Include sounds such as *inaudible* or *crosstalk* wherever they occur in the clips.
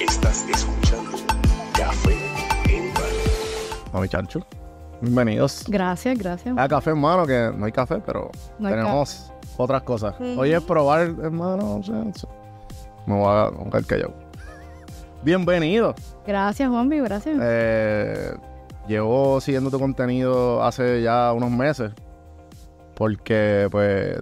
Estás escuchando Café en Mano. Mami Chancho. Bienvenidos Gracias, gracias. a Café en Mano, que no hay café, pero No hay tenemos otras cosas. Ujú. Oye, probar, hermano, o sea, eso- me voy a me voy a quedar callado. Bienvenido. Gracias, Juanvi, gracias. Eh, llevo siguiendo tu contenido hace ya unos meses. Porque, pues.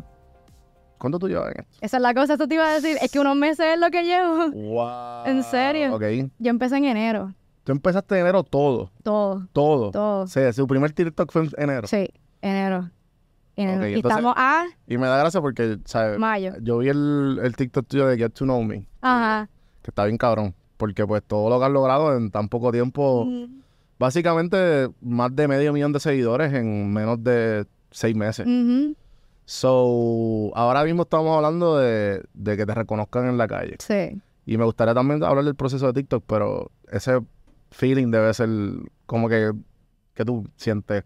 ¿Cuánto tú llevas en esto? Esa es la cosa, eso te iba a decir. Es que unos meses es lo que llevo. ¡Wow! *laughs* ¿En serio? Ok. Yo empecé en enero, Tú empezaste en enero todo. todo, Todo. todo. O sea, su primer TikTok fue en enero. Sí, enero. Enero. Ok, y entonces- eh, estamos a Y me da gracia porque, ¿sabes? mayo. Yo vi el, el TikTok tuyo de Get to Know Me, Ajá. que está bien cabrón. Porque, pues, todo lo que has logrado en tan poco tiempo. Básicamente, más de medio millón de seguidores en menos de seis meses. Ujú, So, ahora mismo estamos hablando de, de que te reconozcan en la calle. Sí. Y me gustaría también hablar del proceso de TikTok, pero ese feeling debe ser como que, que tú sientes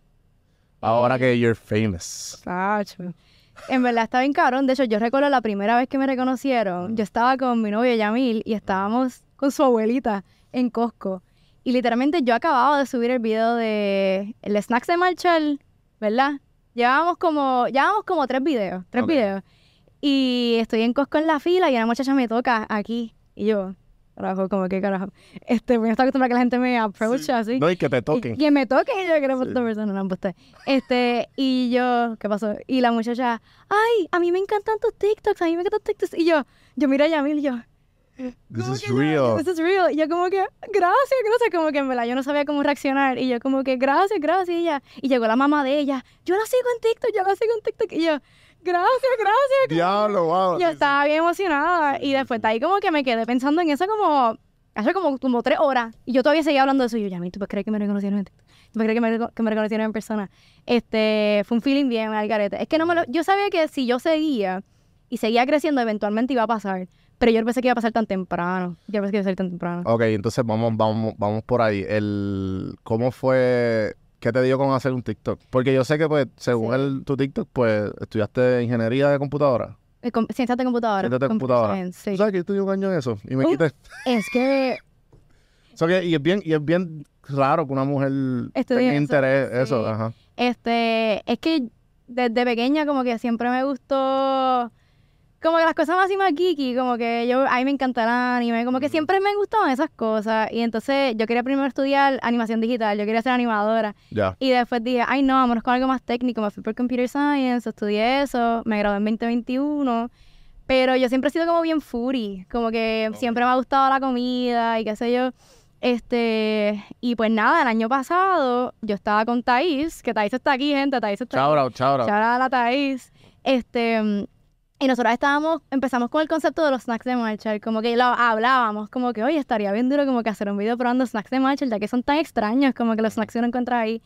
ahora que you're famous. Sacho. En verdad está bien cabrón. De hecho, yo recuerdo la primera vez que me reconocieron. Yo estaba con mi novio Yamil y estábamos con su abuelita en Costco. Y literalmente yo acababa de subir el video de el snacks de Marshall, ¿verdad? Llevábamos como, llevábamos como tres videos, tres Ok. videos. Y estoy en Costco en la fila y una muchacha me toca aquí. Y yo, carajo, como que carajo. Este, me está acostumbrada a que la gente me approach así. No, y que te toquen. Y, que me toquen, yo creo Sí. que esta persona no embuste. Este, y yo, ¿qué pasó? Y la muchacha, ay, a mí me encantan tus TikToks, a mí me encantan tus TikToks. Y yo, yo mira a Yamil y yo, This como is que yo- real. This is real. Y yo como que, gracias, gracias. Como que en verdad yo no sabía cómo reaccionar. Y yo como que, gracias, gracias. Y, ella, y llegó la mamá de ella, yo la sigo en TikTok, yo la sigo en TikTok. Y yo, gracias, gracias. Diablo, wow. Sí, Yo sí. estaba bien emocionada. Y después de ahí como que me quedé pensando en eso como... Hace como, como tres horas. Y yo todavía seguía hablando de eso. Y yo, Yamil, ¿tú puedes creer que me reconocieron en TikTok? ¿Tú puedes creer que me, reco- que me reconocieron en persona? Este, fue un feeling bien al garete. Es que no me lo... Yo sabía que si yo seguía y seguía creciendo, eventualmente iba a pasar. Pero yo no pensé que iba a pasar tan temprano. Yo no pensé que iba a ser tan temprano. Ok, entonces vamos, vamos, vamos por ahí. El, ¿Cómo fue? ¿Qué te dio con hacer un TikTok? Porque yo sé que, pues, según Sí. el, tu TikTok, pues, estudiaste ingeniería de computadora. Eh, com- Ciencias de computadora. Ciencias de Computer computadora. science, ¿Tú sí. sabes que yo estudié un año en eso? Y me Uh. quité. Es que... So que- y, es bien, y es bien raro que una mujer Estudie tenga eso, interés sí. eso. Ajá. Este, es que desde pequeña como que siempre me gustó como que las cosas más y más geeky, como que yo, a mí me encanta el anime, como que siempre me gustaban esas cosas. Y entonces yo quería primero estudiar animación digital, yo quería ser animadora. Ya. Y después dije, ay no, vámonos con algo más técnico, me fui por Computer Science, estudié eso, me gradué en 2021. Pero yo siempre he sido como bien foodie, como que siempre me ha gustado la comida y qué sé yo. Este, y pues nada, el año pasado yo estaba con Thaís, que Thaís está aquí, gente, Thaís está Chao, aquí. chao, chao. Shout out a la Thaís. Este, mm, y nosotros estábamos, empezamos con el concepto de los snacks de Marshall, como que lo hablábamos, como que, oye, estaría bien duro como que hacer un video probando snacks de Marshall, ya que son tan extraños, como que los snacks que uno encuentra ahí.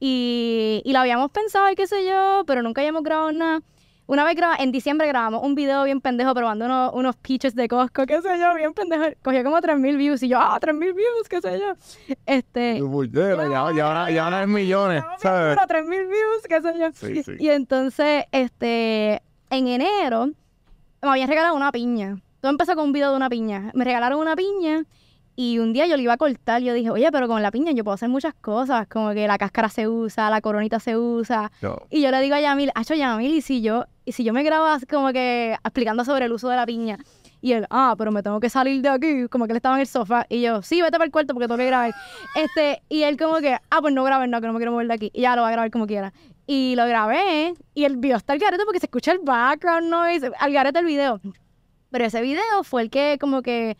Y, y lo habíamos pensado y qué sé yo, pero nunca habíamos grabado nada. Una vez graba- en diciembre grabamos un video bien pendejo probando uno- unos peaches de Costco, qué sé yo, bien pendejo. Cogió como 3.000 views y yo, ah, 3.000 views, qué sé yo. Este, Bullero, ya, ya, ahora, ya ahora es millones, ¿sabes? para 3000 views, qué sé yo. Sí, sí. Y entonces, este, en enero me habían regalado una piña. Todo empezó con un video de una piña. Me regalaron una piña y un día yo le iba a cortar. Yo dije, oye, pero con la piña yo puedo hacer muchas cosas, como que la cáscara se usa, la coronita se usa. No. Y yo le digo a Yamil, hacho Yamil, y si yo, y si yo me grabo así como que explicando sobre el uso de la piña. Y él, ah, pero me tengo que salir de aquí, como que él estaba en el sofá. Y yo, sí, vete para el cuarto porque tengo que grabar. Este, y él como que, ah, pues no grabes, no, que no me quiero mover de aquí. Y ya lo va a grabar como quiera. Y lo grabé, y el video está al garete porque se escucha el background noise, al garete el video. Pero ese video fue el que como que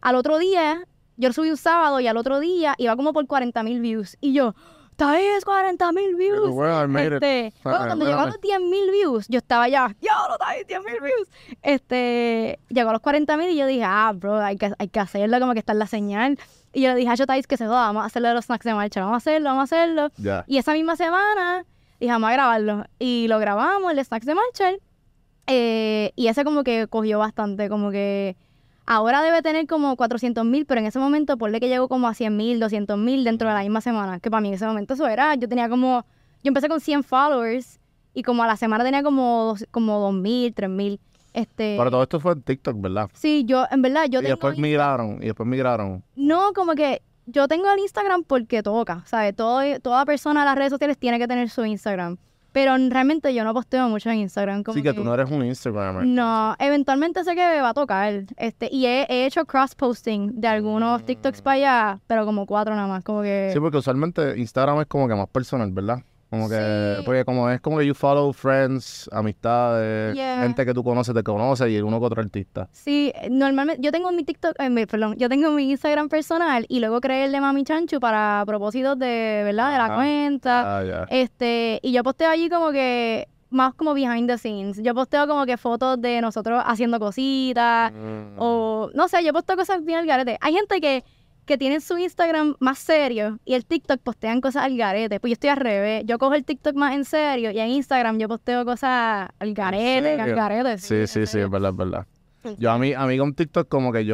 al otro día, yo lo subí un sábado y al otro día iba como por 40 mil views. Y yo, está es 40 mil views. Well, I made it. Este, bueno, Ah, cuando bueno, llegó a eh. los 10.000 views, yo estaba ya, yo no estaba 10.000 views. Este, llegó a los 40.000 y yo dije, ah, bro, hay que, hay que hacerlo, como que está en la señal. Y yo le dije a Shotais que se joda, vamos a hacerlo de los snacks de marcha, vamos a hacerlo, vamos a hacerlo. Ya. Y esa misma semana dije, vamos a grabarlo. Y lo grabamos, el Snacks de Marshall. eh, y ese como que cogió bastante, como que Ahora debe tener como 400 mil, pero en ese momento ponle que llegó como a 100 mil, 200 mil dentro de la misma semana. Que para mí en ese momento eso era, yo tenía como, yo empecé con 100 followers y como a la semana tenía como, dos- como 2 mil, 3 mil. Este, Pero todo esto fue en TikTok, ¿verdad? sí, yo, en verdad, yo y tengo después migraron, y después migraron. No, como que yo tengo el Instagram porque toca, ¿sabes? Todo, toda persona en las redes sociales tiene que tener su Instagram. Pero n- realmente yo no posteo mucho en Instagram. Como Así que, tú no eres un Instagramer. No, eventualmente sé que me va a tocar. Este, y he, he hecho cross-posting de algunos TikToks para allá, pero como cuatro nada más. Como que. Mm. Sí, porque usualmente Instagram es como que más personal, ¿verdad? Como que, Sí. porque como es como que you follow friends, amistades, Yeah. gente que tú conoces, te conoce y uno que otro artista. Sí, eh, normalmente yo tengo mi TikTok, eh, mi- perdón, yo tengo mi Instagram personal y luego creé el de Mami Chanchu para propósitos de, ¿verdad? De la Ajá. cuenta. Ah, ya. Este, y yo posteo allí como que más como behind the scenes. Yo posteo como que fotos de nosotros haciendo cositas ah, o no sé, yo posteo cosas bien al garete. Hay gente que que tiene su Instagram más serio y el TikTok postean cosas al garete. Pues yo estoy al revés. Yo cojo el TikTok más en serio y en Instagram yo posteo cosas al garete, al serio? garete. Sí, en sí, sí, serio. es verdad, es verdad. Yo a mí, a mí con TikTok como que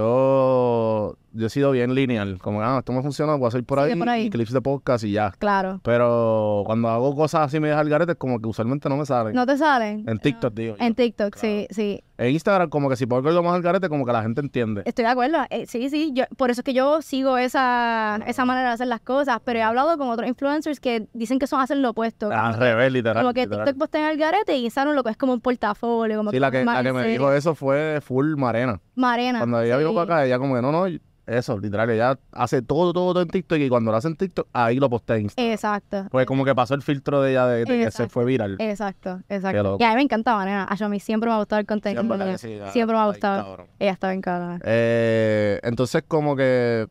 yo, yo he sido bien lineal. Como, ah, esto me funciona, voy a hacer por Sigue ahí, por ahí. y clips de podcast y ya. Claro. Pero cuando hago cosas así medias al garete, como que usualmente no me salen. ¿No te salen? en TikTok, digo. yo. En En, TikTok, sí, sí. Instagram como que si pongo algo más al garete, como que la gente entiende. Estoy de acuerdo. eh, sí, sí. Yo, por eso es que yo sigo esa, esa manera de hacer las cosas. Pero he hablado con otros influencers que dicen que son hacen lo opuesto. Al revés, Ah, literal. como que literal. TikTok postea el garete y Instagram lo que es como un portafolio. Como Sí, la que, más la que en me serio. dijo eso fue full Marena. Marena. Cuando ella vino Ah, sí. para acá, ella como que no, no, eso, literal, ella hace todo, todo, todo en TikTok y cuando lo hace en TikTok, ahí lo postea en Instagram. Exacto. Pues como que pasó el filtro de ella de, de que se Exacto. fue viral. Exacto, Qué exacto. loco. Y a mí me encanta Marena. Ay, a mí siempre me ha gustado el contenido. de ella. siempre me ha gustado. Ella está bien cabrona. Eh, entonces, como que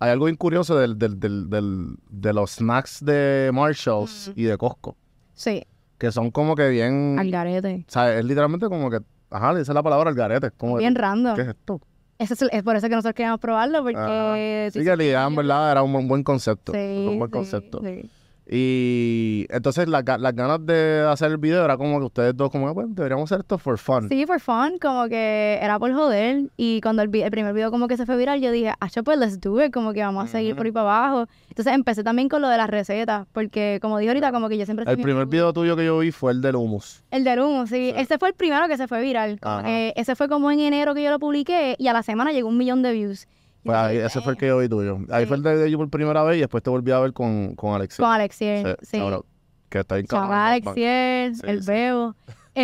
hay algo bien curioso del, del, del, del- de los snacks de Marshalls y de Costco, Sí, que son como que bien. Mm. al garete. O sea, es literalmente como que. Ajá, le dice la palabra al garete. Como que, Bien random. ¿Qué Ah, es esto? Ese es, el- es por eso que nosotros queríamos probarlo, porque... Ajá. Sí, sí, que la idea, en verdad era un, buen- buen concepto. sí, un buen sí, concepto. sí. Y entonces las ga- las ganas de hacer el video era como que ustedes dos, como que pues deberíamos hacer esto for fun. Sí, for fun, como que era por joder. Y cuando el, vi- el primer video como que se fue viral, yo dije, ah, pues let's do it, como que vamos a seguir por ahí para abajo. Entonces empecé también con lo de las recetas, porque como dije ahorita, como que yo siempre... el soy bien primer video tuyo que yo vi fue el del humus. El del humo, sí. Sí. Ese fue el primero que se fue viral. Ajá. Eh, ese fue como en enero que yo lo publiqué y a la semana llegó un millón de views. Pues ahí- ese fue el que yo vi tuyo. Ahí "Eh". Sí. fue el de yo por primera vez y después te volví a ver con, con Alexis. Con Alexier, Sí, sí. cabrón, que está bien Con cabrón, man. Alexier, Sí, el sí. Bebo.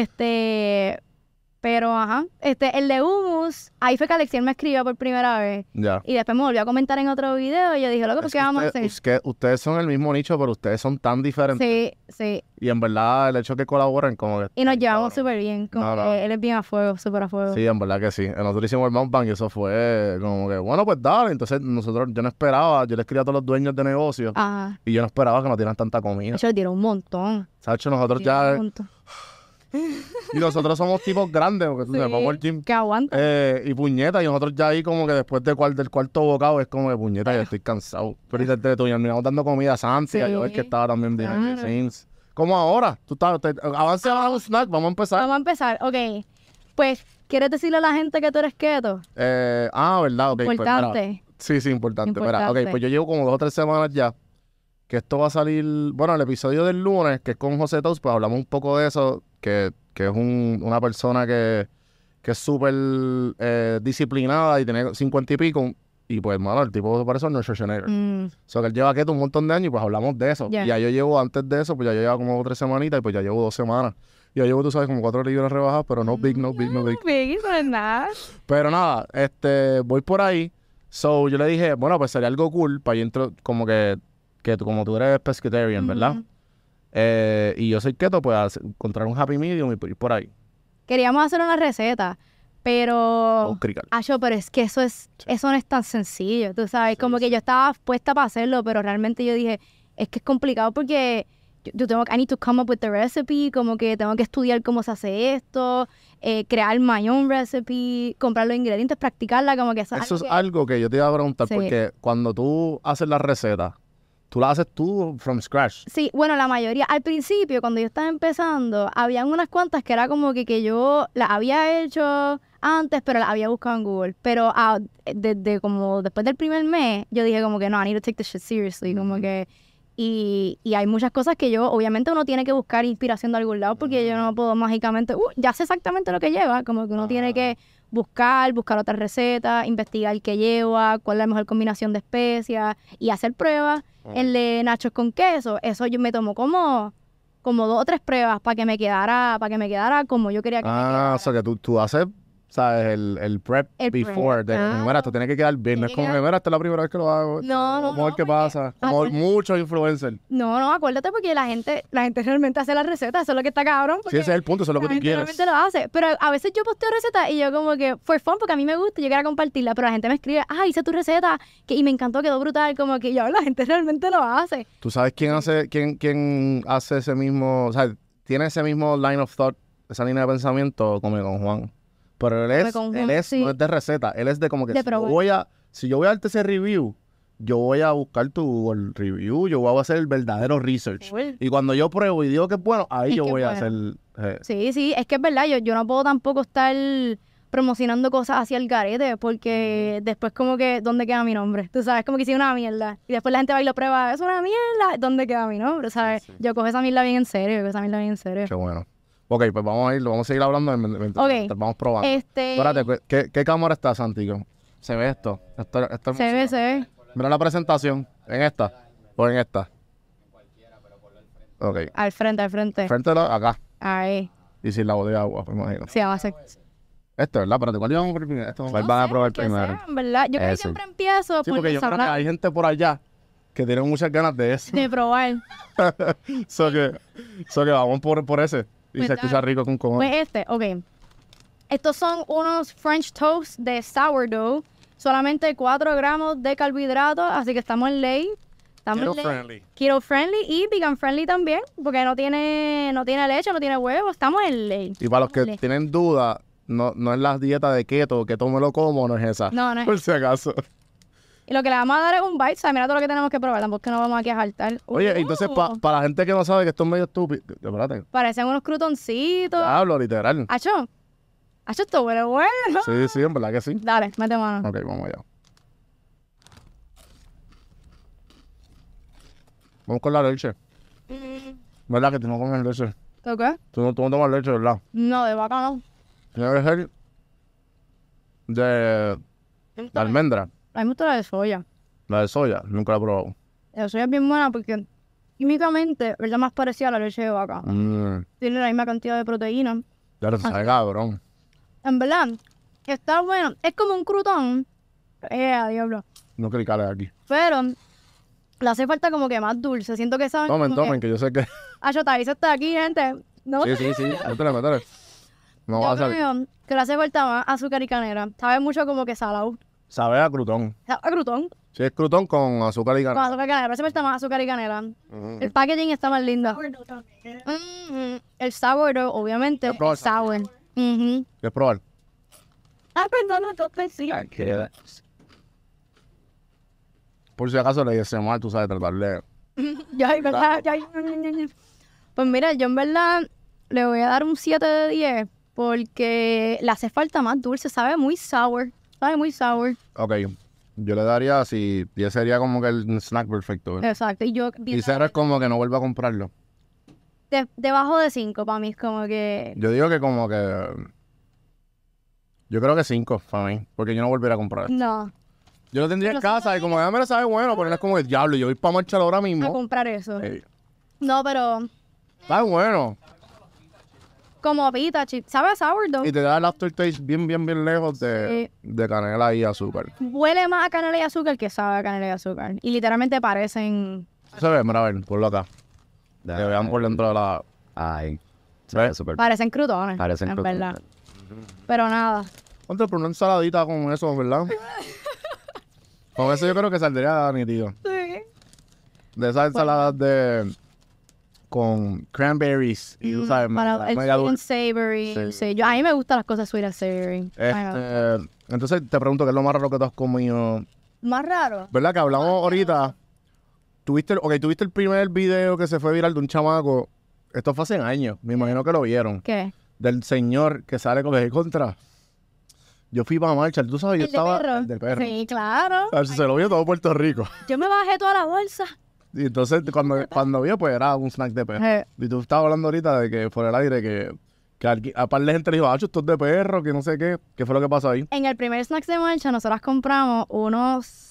Este, pero ajá. Este, el de Humus, ahí fue que Alexier me escribió por primera vez. Ya. Y después me volvió a comentar en otro video y yo dije, loco, ¿por Es qué que vamos a usted- hacer? es que ustedes son el mismo nicho, pero ustedes son tan diferentes. Sí, sí. Y en verdad, el hecho que colaboren, como que. Y nos Ay, llevamos cabrón. súper bien. Como No, no. que él es bien a fuego, súper a fuego. Sí, en verdad que sí. Eh, Nosotros hicimos el mukbang y eso fue como que, bueno, pues dale. Entonces, nosotros, yo no esperaba, yo le escribí a todos los dueños de negocios Ajá. y yo no esperaba que nos dieran tanta comida. Ellos dieron un montón. Sacho, nosotros dieron ya. un montón. Y nosotros somos tipos grandes, porque tú sabes, Sí, vamos al gym. Que aguanta. Eh, y puñeta, y nosotros ya ahí como que después de cual- del cuarto bocado es como que puñeta, ya estoy cansado. Pero y desde tú terminamos dando comida a Santi, a Joel, que Sí, estaba también bien claro. Como ahora, tú estás, te- avance ahora un snack, vamos a empezar. Vamos a empezar. Ok. Pues, ¿quieres decirle a la gente que tú eres keto? Eh, ah, verdad, ok. pues, mira, Importante. sí, sí, importante. Espera, ok, Importante. pues yo llevo como dos o tres semanas ya. Que esto va a salir, bueno, el episodio del lunes, que es con José Taus, pues hablamos un poco de eso, que, que es un- una persona que, que es súper eh, disciplinada y tiene cincuenta y pico. Y pues, hermano, el tipo parece un nutritionero. Mm, O sea, que él lleva keto un montón de años y pues hablamos de eso. Ya. Y ya yo llevo antes de eso, pues ya yo llevaba como tres semanitas y pues ya llevo dos semanas. Y Ya llevo, tú sabes, como cuatro libras rebajadas, pero no big, no big, no big. Biggie, eso no es nada. Pero nada, este, voy por ahí. So, yo le dije, bueno, pues sería algo cool para yo entro, como que, que tú, como tú eres pescatarian, ¿verdad? Ujú. Eh, y yo soy keto, pues hace- encontrar un happy medium y ir por ahí. Queríamos hacer una receta, pero... Un crical. Ah, yo, pero es que eso es, eso no es tan sencillo, tú sabes, como que yo estaba puesta para hacerlo, pero realmente yo dije, es que es complicado porque yo, yo tengo, que- I need to come up with the recipe, como que tengo que estudiar cómo se hace esto, eh, crear my own recipe, comprar los ingredientes, practicarla, como que eso, es Eso es algo que- algo que yo te iba a preguntar, Sí. porque cuando tú haces las recetas, Tú la haces tú from scratch. Sí, bueno, la mayoría. Al principio, cuando yo estaba empezando, habían unas cuantas que era como que, que yo las había hecho antes, pero las había buscado en Google. Pero ah, desde como después del primer mes, yo dije como que no, I need to take this shit seriously. Como que... Y, y hay muchas cosas que yo, obviamente uno tiene que buscar inspiración de algún lado porque yo no puedo mágicamente, "Uh, ya sé exactamente lo que lleva, como que uno tiene que buscar, buscar otras recetas, investigar qué lleva, cuál es la mejor combinación de especias y hacer pruebas. El de nachos con queso, eso yo me tomó como, como dos o tres pruebas para que me quedara, para que me quedara como yo quería que me Ah, o sea que tú, tú haces, ¿sabes? El, el prep El prep. before. De, Ah. mira, esto tiene que quedar bien. No Tiene es que como, que, quedar- mira, esta es la primera vez que lo hago. No, no, Vamos a ver no, qué porque- pasa. Como Ah, muchos influencers. No, no, acuérdate porque la gente, la gente realmente hace las recetas, eso es lo que está cabrón. Sí, porque ese es el punto, eso es lo que la tú gente quieres. realmente lo hace. Pero a veces yo posteo recetas y yo como que fue fun porque a mí me gusta, yo quiero compartirla, pero la gente me escribe, ah, hice tu receta que, y me encantó, quedó brutal, como que yo, la gente realmente lo hace. ¿Tú sabes quién hace, quién, quién hace ese mismo, o sea, tiene ese mismo line of thought, esa línea de pensamiento como con Juan? Pero él es, con él Juan, es, sí. no es de receta, él es de como que De si, yo probar. voy a, si yo voy a darte ese review, yo voy a buscar tu el review, yo voy a hacer el verdadero research. Y cuando yo pruebo y digo que es bueno, ahí Es yo que voy a es hacer... eh, Sí, sí, es que es verdad, yo, yo no puedo tampoco estar promocionando cosas hacia el garete porque después como que, ¿dónde queda mi nombre? Tú sabes, como que hice una mierda. Y después la gente va y lo prueba, es una mierda, ¿dónde queda mi nombre? ¿Sabes? Yo cojo esa mierda bien en serio, yo cojo esa mierda bien en serio. qué bueno. Ok, pues vamos a ir, vamos a seguir hablando mien- mientras Ok. mientras vamos probando. Este, Espérate, ¿qué- ¿qué, qué cámara está, Santico? Se ve esto. esto, esto es se ve, se ve. Mira la presentación. ¿En esta? ¿O en esta? Ok. Al frente, al frente. Frente a la, acá. Ahí. Y sin la botella de agua, me imagino. Sí, vamos a hacer. Este, ¿verdad? Espérate, ¿cuál íbamos a probar primero? Esto, ¿Cuál No Pues van a sé, probar que primero? sea, en ¿verdad? Yo creo que Eso. siempre empiezo Sí, por porque yo creo que sabrá- hay gente por allá que tiene muchas ganas de eso. de probar. *laughs* so que, so que vamos por, por ese. Y Pues se escucha dale. rico con Pues cojones. este, ok. Estos son unos French toast de sourdough. Solamente 4 gramos de carbohidratos, así que estamos en ley. Estamos en Keto ley. friendly. Keto friendly y vegan friendly también, porque no tiene, no tiene leche, no tiene huevo. Estamos en ley. Y para los que Dale. tienen duda, no, no es la dieta de keto, que me lo como, no es esa. No, no es Por si acaso. Y lo que le vamos a dar es un bite, o sea, mira todo lo que tenemos que probar, tampoco es que no vamos aquí a jaltar. Oye, Uh, entonces, pa- para la gente que no sabe que esto es medio estúpido. Espérate. Parecen unos crutoncitos. Hablo literal. Hacho, hacho, esto huele bueno. Sí, Ah. sí, en verdad que sí. Dale, mete mano. Ok, vamos allá. Vamos con la leche. Mm. ¿Verdad que tú no comes leche? ¿Tú qué? Tú no, tú no tomas leche, ¿verdad? No, de vaca no. Tiene que ser de, de almendra, A mí me gusta la de soya. la de soya. Nunca la he probado. La de soya es Eh, bien buena porque químicamente es la más parecida a la leche de vaca. Mmm. Tiene la misma cantidad de proteína. Ya lo Ah. sabe, cabrón. En verdad, está bueno. Es como un crutón. Eh, a diablo. No clicarle aquí. Pero le hace falta como que más dulce. Siento que saben. Tomen, como que, tomen, que yo sé que. Ah, yo te está aquí, gente. No, Sí, sí, sí. Métele, métele. No va a yo salir. creo que le hace falta más azúcar y canela. Sabe mucho como que salado. Sabe a crutón. Sabe a crutón. Si es crutón con azúcar y Con canela. azúcar y canela, pero siempre está más azúcar y canela. El packaging está más lindo. Mhm. El sourdough, obviamente. Yo probé El sour. Mhm. ¿Quieres probar? Ah, perdón, no te decía. Por si acaso le hice mal, tú sabes tratarle. Ya, en verdad, ya. Pues mira, yo en verdad le voy a dar un 7 de 10 porque le hace falta más dulce. Sabe muy sour. Sabe muy sour. Ok, yo le daría así, 10 sería como que el snack perfecto. ¿eh? Exacto. Y yo. Y cero es como que no vuelva a comprarlo. de- debajo de 5 para mí es como que. Yo digo que como que... Yo creo que 5 para mí, porque yo no volvería a comprar. No, Yo lo tendría en Mm, Pero casa y como ya me lo sabe bueno, pero no es como el diablo, yo voy para marchar ahora a mismo. comprar eso. Ey, No, pero Está bueno. como pita, chip. Sabe a sourdough. Y te da el aftertaste bien, bien, bien lejos de, Sí. de canela y azúcar. Huele más a canela y azúcar que sabe a canela y azúcar. Y literalmente parecen. Se ve, mira, a ver, ponlo acá. Que vean por dentro de la... Ay. Se ¿Ves? ve súper. Parecen crutones. Parecen en crutones. verdad. Pero nada. Contra, pero una ensaladita con eso, *laughs* ¿verdad? con eso yo creo que saldría nítido. Sí. De esas ensaladas de. con cranberries. Y tú sabes, Mm, Para el media sweet and dulce. savory. Sí. Sí. yo, a mí me gustan las cosas sweet and savory. A mí me gustan. Este, entonces te pregunto, ¿qué es lo más raro que tú has comido? Más raro. ¿Verdad que hablamos ahorita Tuviste, el- ok, tuviste el primer video que se fue viral de un chamaco. Esto fue hace años, me imagino que lo vieron. ¿Qué? Del señor que sale con el contra. Yo fui para marchar, tú sabes, yo ¿El de estaba. perro? el del perro. Sí, claro. A ver, se lo vio todo Puerto Rico. Yo me bajé toda la bolsa. Y entonces, cuando, cuando vio, pues era un snack de perro. Eh, Y tú estabas hablando ahorita de que por el aire que, que alguien- a par de gente le dijo, ah, esto es de perro, que no sé qué. ¿Qué fue lo que pasó ahí? En el primer snacks de marcha, nosotras compramos unos.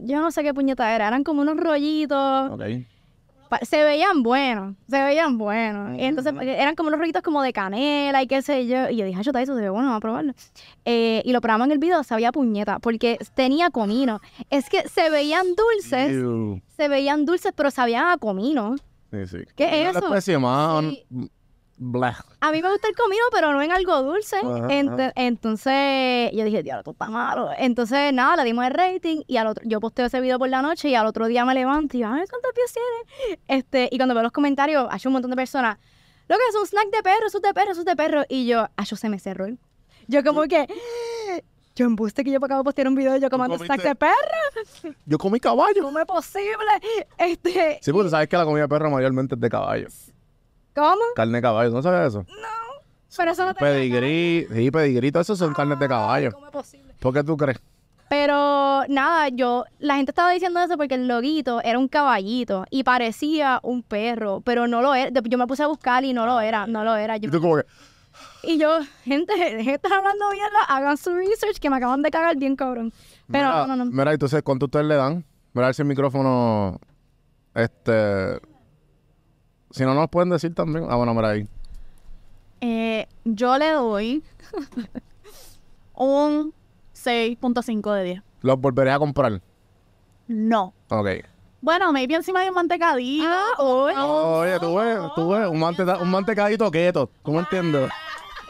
Yo no sé qué puñeta era. Eran como unos rollitos. Ok. Oh. pa- se veían buenos, se veían buenos. Y Mm. entonces eran como unos rollitos como de canela y qué sé yo. Y yo dije, "Ay, chuta, eso se ve bueno, vamos a probarlo. Eh, y lo probamos en el video, sabía a puñeta, porque tenía comino. Es que se veían dulces, Ew. se veían dulces, pero sabían a comino. Sí, sí. ¿Qué es Una eso? especie más... Sí. Blah. A mí me gusta el comino, pero no en algo dulce. Ajá, Ent- Entonces yo dije, diablo, esto está malo. Entonces nada, le dimos el rating y al otro, yo posteo ese video por la noche y al otro día me levanto y digo, ay, ¿cuántos pies tiene? Este, y cuando veo los comentarios, hay un montón de personas, lo que es un snack de perro, eso es de perro, eso es de perro. Y yo, ay, yo se me cerró. el- Yo como que, yo embuste que yo acabo de postear un video y yo como, snack comiste- de perro, Yo comí caballo. ¿cómo es posible? Este, Sí, porque tú sabes que la comida de perro mayormente es de caballo. ¿cómo? Carne de caballo, ¿no sabías eso? Pero eso no Ah, tenía Pedigrí, sí, pedigrí, todo eso son carnes de caballo. caballo. ¿Cómo es posible? ¿Por qué tú crees? Pero nada, yo, la gente estaba diciendo eso porque el loguito era un caballito y parecía un perro, pero no lo era. De- Yo me puse a buscar y no lo era, no lo era. Y Yo- tú como que, y yo, gente, *laughs* dejen de estar hablando mierda, hagan su research que me acaban de cagar bien cabrón. Pero mira, no, no, no. mira, entonces, ¿cuánto ustedes le dan? Mira a ver si el micrófono, este, si no nos pueden decir también. Ah, bueno, mira ahí. Eh, yo le doy un 6.5 de 10. Los volveré a comprar. No. Ok. Bueno, maybe encima de un mantecadillo. Ah, hoy. oh, Oye, tú ves, tú ves, un, mantecadito un mantecadito keto, ¿tú me entiendes?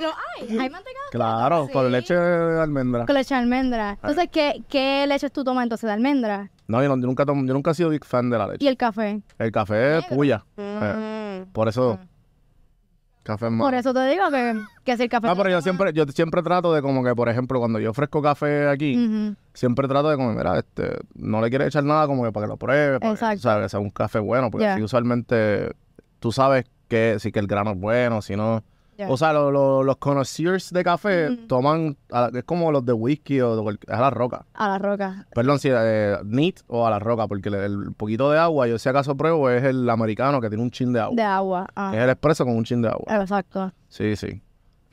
Lo hay, hay mantecado. Claro, con leche de almendra. Con leche de almendra. Entonces, ¿qué, ¿qué leches tú tomas entonces de almendra? No, yo, no- yo nunca tomo- yo nunca he sido big fan de la leche. Y el café. El café es puya. Eh, por eso. Café es más. Mm. Por eso te digo que, que si el café. No, Ah, pero yo siempre, yo siempre trato de como que, por ejemplo, cuando yo ofrezco café aquí, Ujú. siempre trato de como, mira, este, no le quieres echar nada como que para que lo pruebe, para que, Exacto. ¿sabes? que sea un café bueno, porque Ya. así usualmente tú sabes que sí que el grano es bueno, si no... Ya. O sea, lo- lo- los connoisseurs de café Ujú. toman, a- es como los de whisky o de cual- a la roca. A la roca. Perdón, si eh, neat o a la roca, porque el, el poquito de agua, yo si acaso pruebo, es el americano que tiene un chin de agua. De agua. ah. Es el expreso con un chin de agua. Exacto. Sí, sí.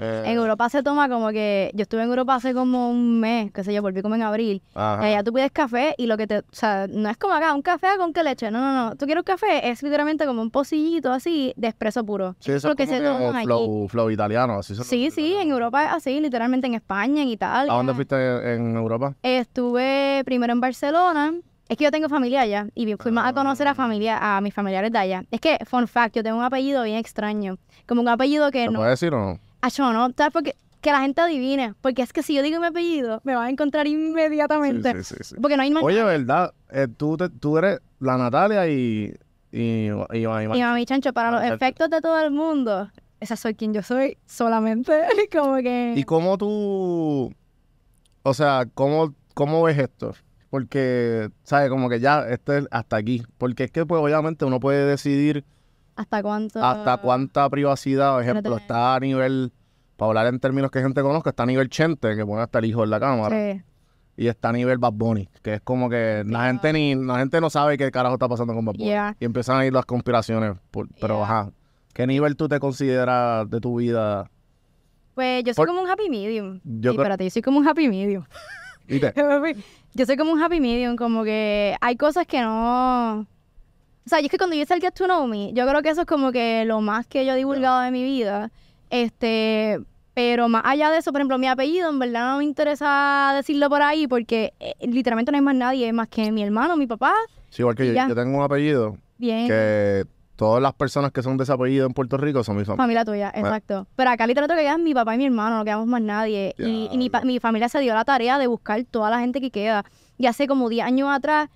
Eh, En Europa se toma como que. Yo estuve en Europa hace como un mes, qué sé yo, volví como en abril. ajá. Allá tú pides café y lo que te. O sea, no es como acá, un café con qué leche. No, no, no. Tú quieres un café, es literalmente como un pocillito así de espresso puro. Sí, eso lo es que como se que toman allí. flow, flow italiano. Así son los Sí, sí, en Europa es así, literalmente en España, en Italia. ¿A dónde fuiste en Europa? Estuve primero en Barcelona. Es que yo tengo familia allá y vi- fuimos Ah. a conocer a familia, a mis familiares de allá. Es que, fun fact, yo tengo un apellido bien extraño. Como un apellido que ¿Te no. puedes decir o no? Acho, Ah, no, ¿sabes? Porque, que la gente adivine. Porque es que si yo digo mi apellido, me van a encontrar inmediatamente. sí, sí. Porque no hay más. Oye, ¿verdad? Eh, tú, te- tú eres la Natalia y... Y, y, y- Y mami chancho, para los Exacto. efectos de todo el mundo, esa soy quien yo soy, solamente *laughs* como que. ¿Y cómo tú... O sea, ¿cómo, cómo ves esto? Porque, ¿sabes? Como que ya, esto es hasta aquí. Porque es que, pues, obviamente uno puede decidir ¿Hasta cuánto? hasta cuánta privacidad, por ejemplo, tener- está a nivel... Para hablar en términos que gente conozca, está a nivel Chente, que pone hasta el hijo en la cámara. Sí. y está a nivel Bad Bunny, que es como que la gente ni la gente no sabe qué carajo está pasando con Bad Bunny. Yeah. Y empiezan a ir las conspiraciones, por- pero Yeah. ajá. ¿Qué nivel tú te consideras de tu vida? Pues yo soy Por- como un happy medium. Yo Sí, creo- espérate, yo soy como un happy medium. *laughs* ¿Viste? yo soy como un happy medium, como que hay cosas que no. O sea, yo es que cuando yo hice el Get to Know Me, yo creo que eso es como que lo más que yo he divulgado de mi vida. Este, pero más allá de eso, por ejemplo, mi apellido en verdad no me interesa decirlo por ahí porque eh, literalmente no hay más nadie más que mi hermano, mi papá. Sí, igual que yo, Ya. yo tengo un apellido Bien. que todas las personas que son de ese apellido en Puerto Rico son mis familia. Familia tuya, exacto. Pero acá literalmente que quedan mi papá y mi hermano, no quedamos más nadie. Y, y mi, pa- Diablo. mi familia se dio la tarea de buscar toda la gente que queda. Y hace como 10 años atrás,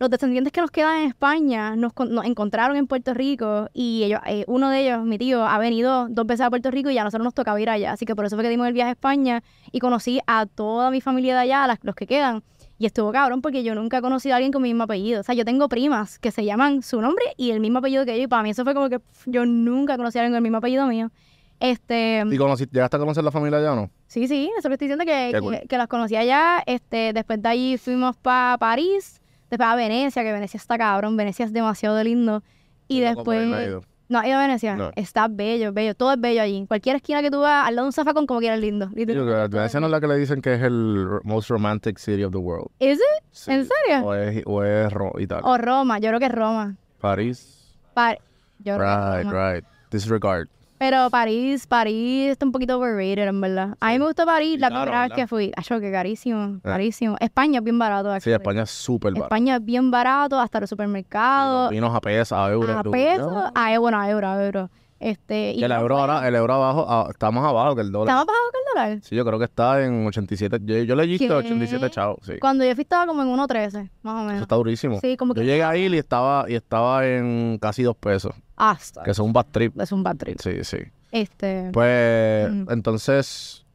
los descendientes que nos quedan en España nos, con- nos encontraron en Puerto Rico y ellos, eh, uno de ellos, mi tío, ha venido dos veces a Puerto Rico y a nosotros nos tocaba ir allá. Así que por eso fue que dimos el viaje a España y conocí a toda mi familia de allá, a las- los que quedan. Y estuvo cabrón porque yo nunca he conocido a alguien con mi mismo apellido. O sea, yo tengo primas que se llaman su nombre y el mismo apellido que yo. Y para mí eso fue como que pff, yo nunca conocí a alguien con el mismo apellido mío. Este, ¿Y conocí- llegaste a conocer la familia ya o no? sí, sí, eso que estoy diciendo que, Qué cool. que, que las conocí allá. Este, después de allí fuimos para París, después a Venecia, que Venecia está cabrón, Venecia es demasiado de lindo. Y Estoy loco por después. ir, no he ido. No, has ido a Venecia. No. Está bello, bello. Todo es bello allí. En cualquier esquina que tú vas, al lado de un zafacón, como quieras, lindo. Yo creo que Venecia no es la que le dicen que es el r- most romantic city of the world. ¿Es it? Sí. ¿En serio? Oh, O es, o es Ro- Italia. O Roma. Yo creo que es Roma. París. Pa- yo creo que es Right, Roma. right. Disregard. Pero París, París está un poquito overrated, en verdad. A mí me gustó París Y la caro, primera vez ¿verdad? que fui. Acho, que carísimo, carísimo. España es bien barato. Eh. Sí, actually. España es súper barato. España es bien barato, hasta los Los supermercados. Vinos a peso, a euro. a tú- peso, No. a euro, bueno, a euro, a euro. Este, y Que el euro ahora, el euro abajo, ah, está más abajo que el dólar. ¿Estamos bajado que el dólar? Sí, yo creo que está en 87. Yo, yo le he visto ¿Qué? 87 chavos, sí. Cuando yo fui estaba como en 1.13, más o Eso menos. está durísimo. Sí, como Yo que- llegué a ir y estaba, y estaba en casi dos pesos, Hasta. que eso es un bad trip. Es un bad trip. Sí, sí. Este, Pues, Ujú. entonces,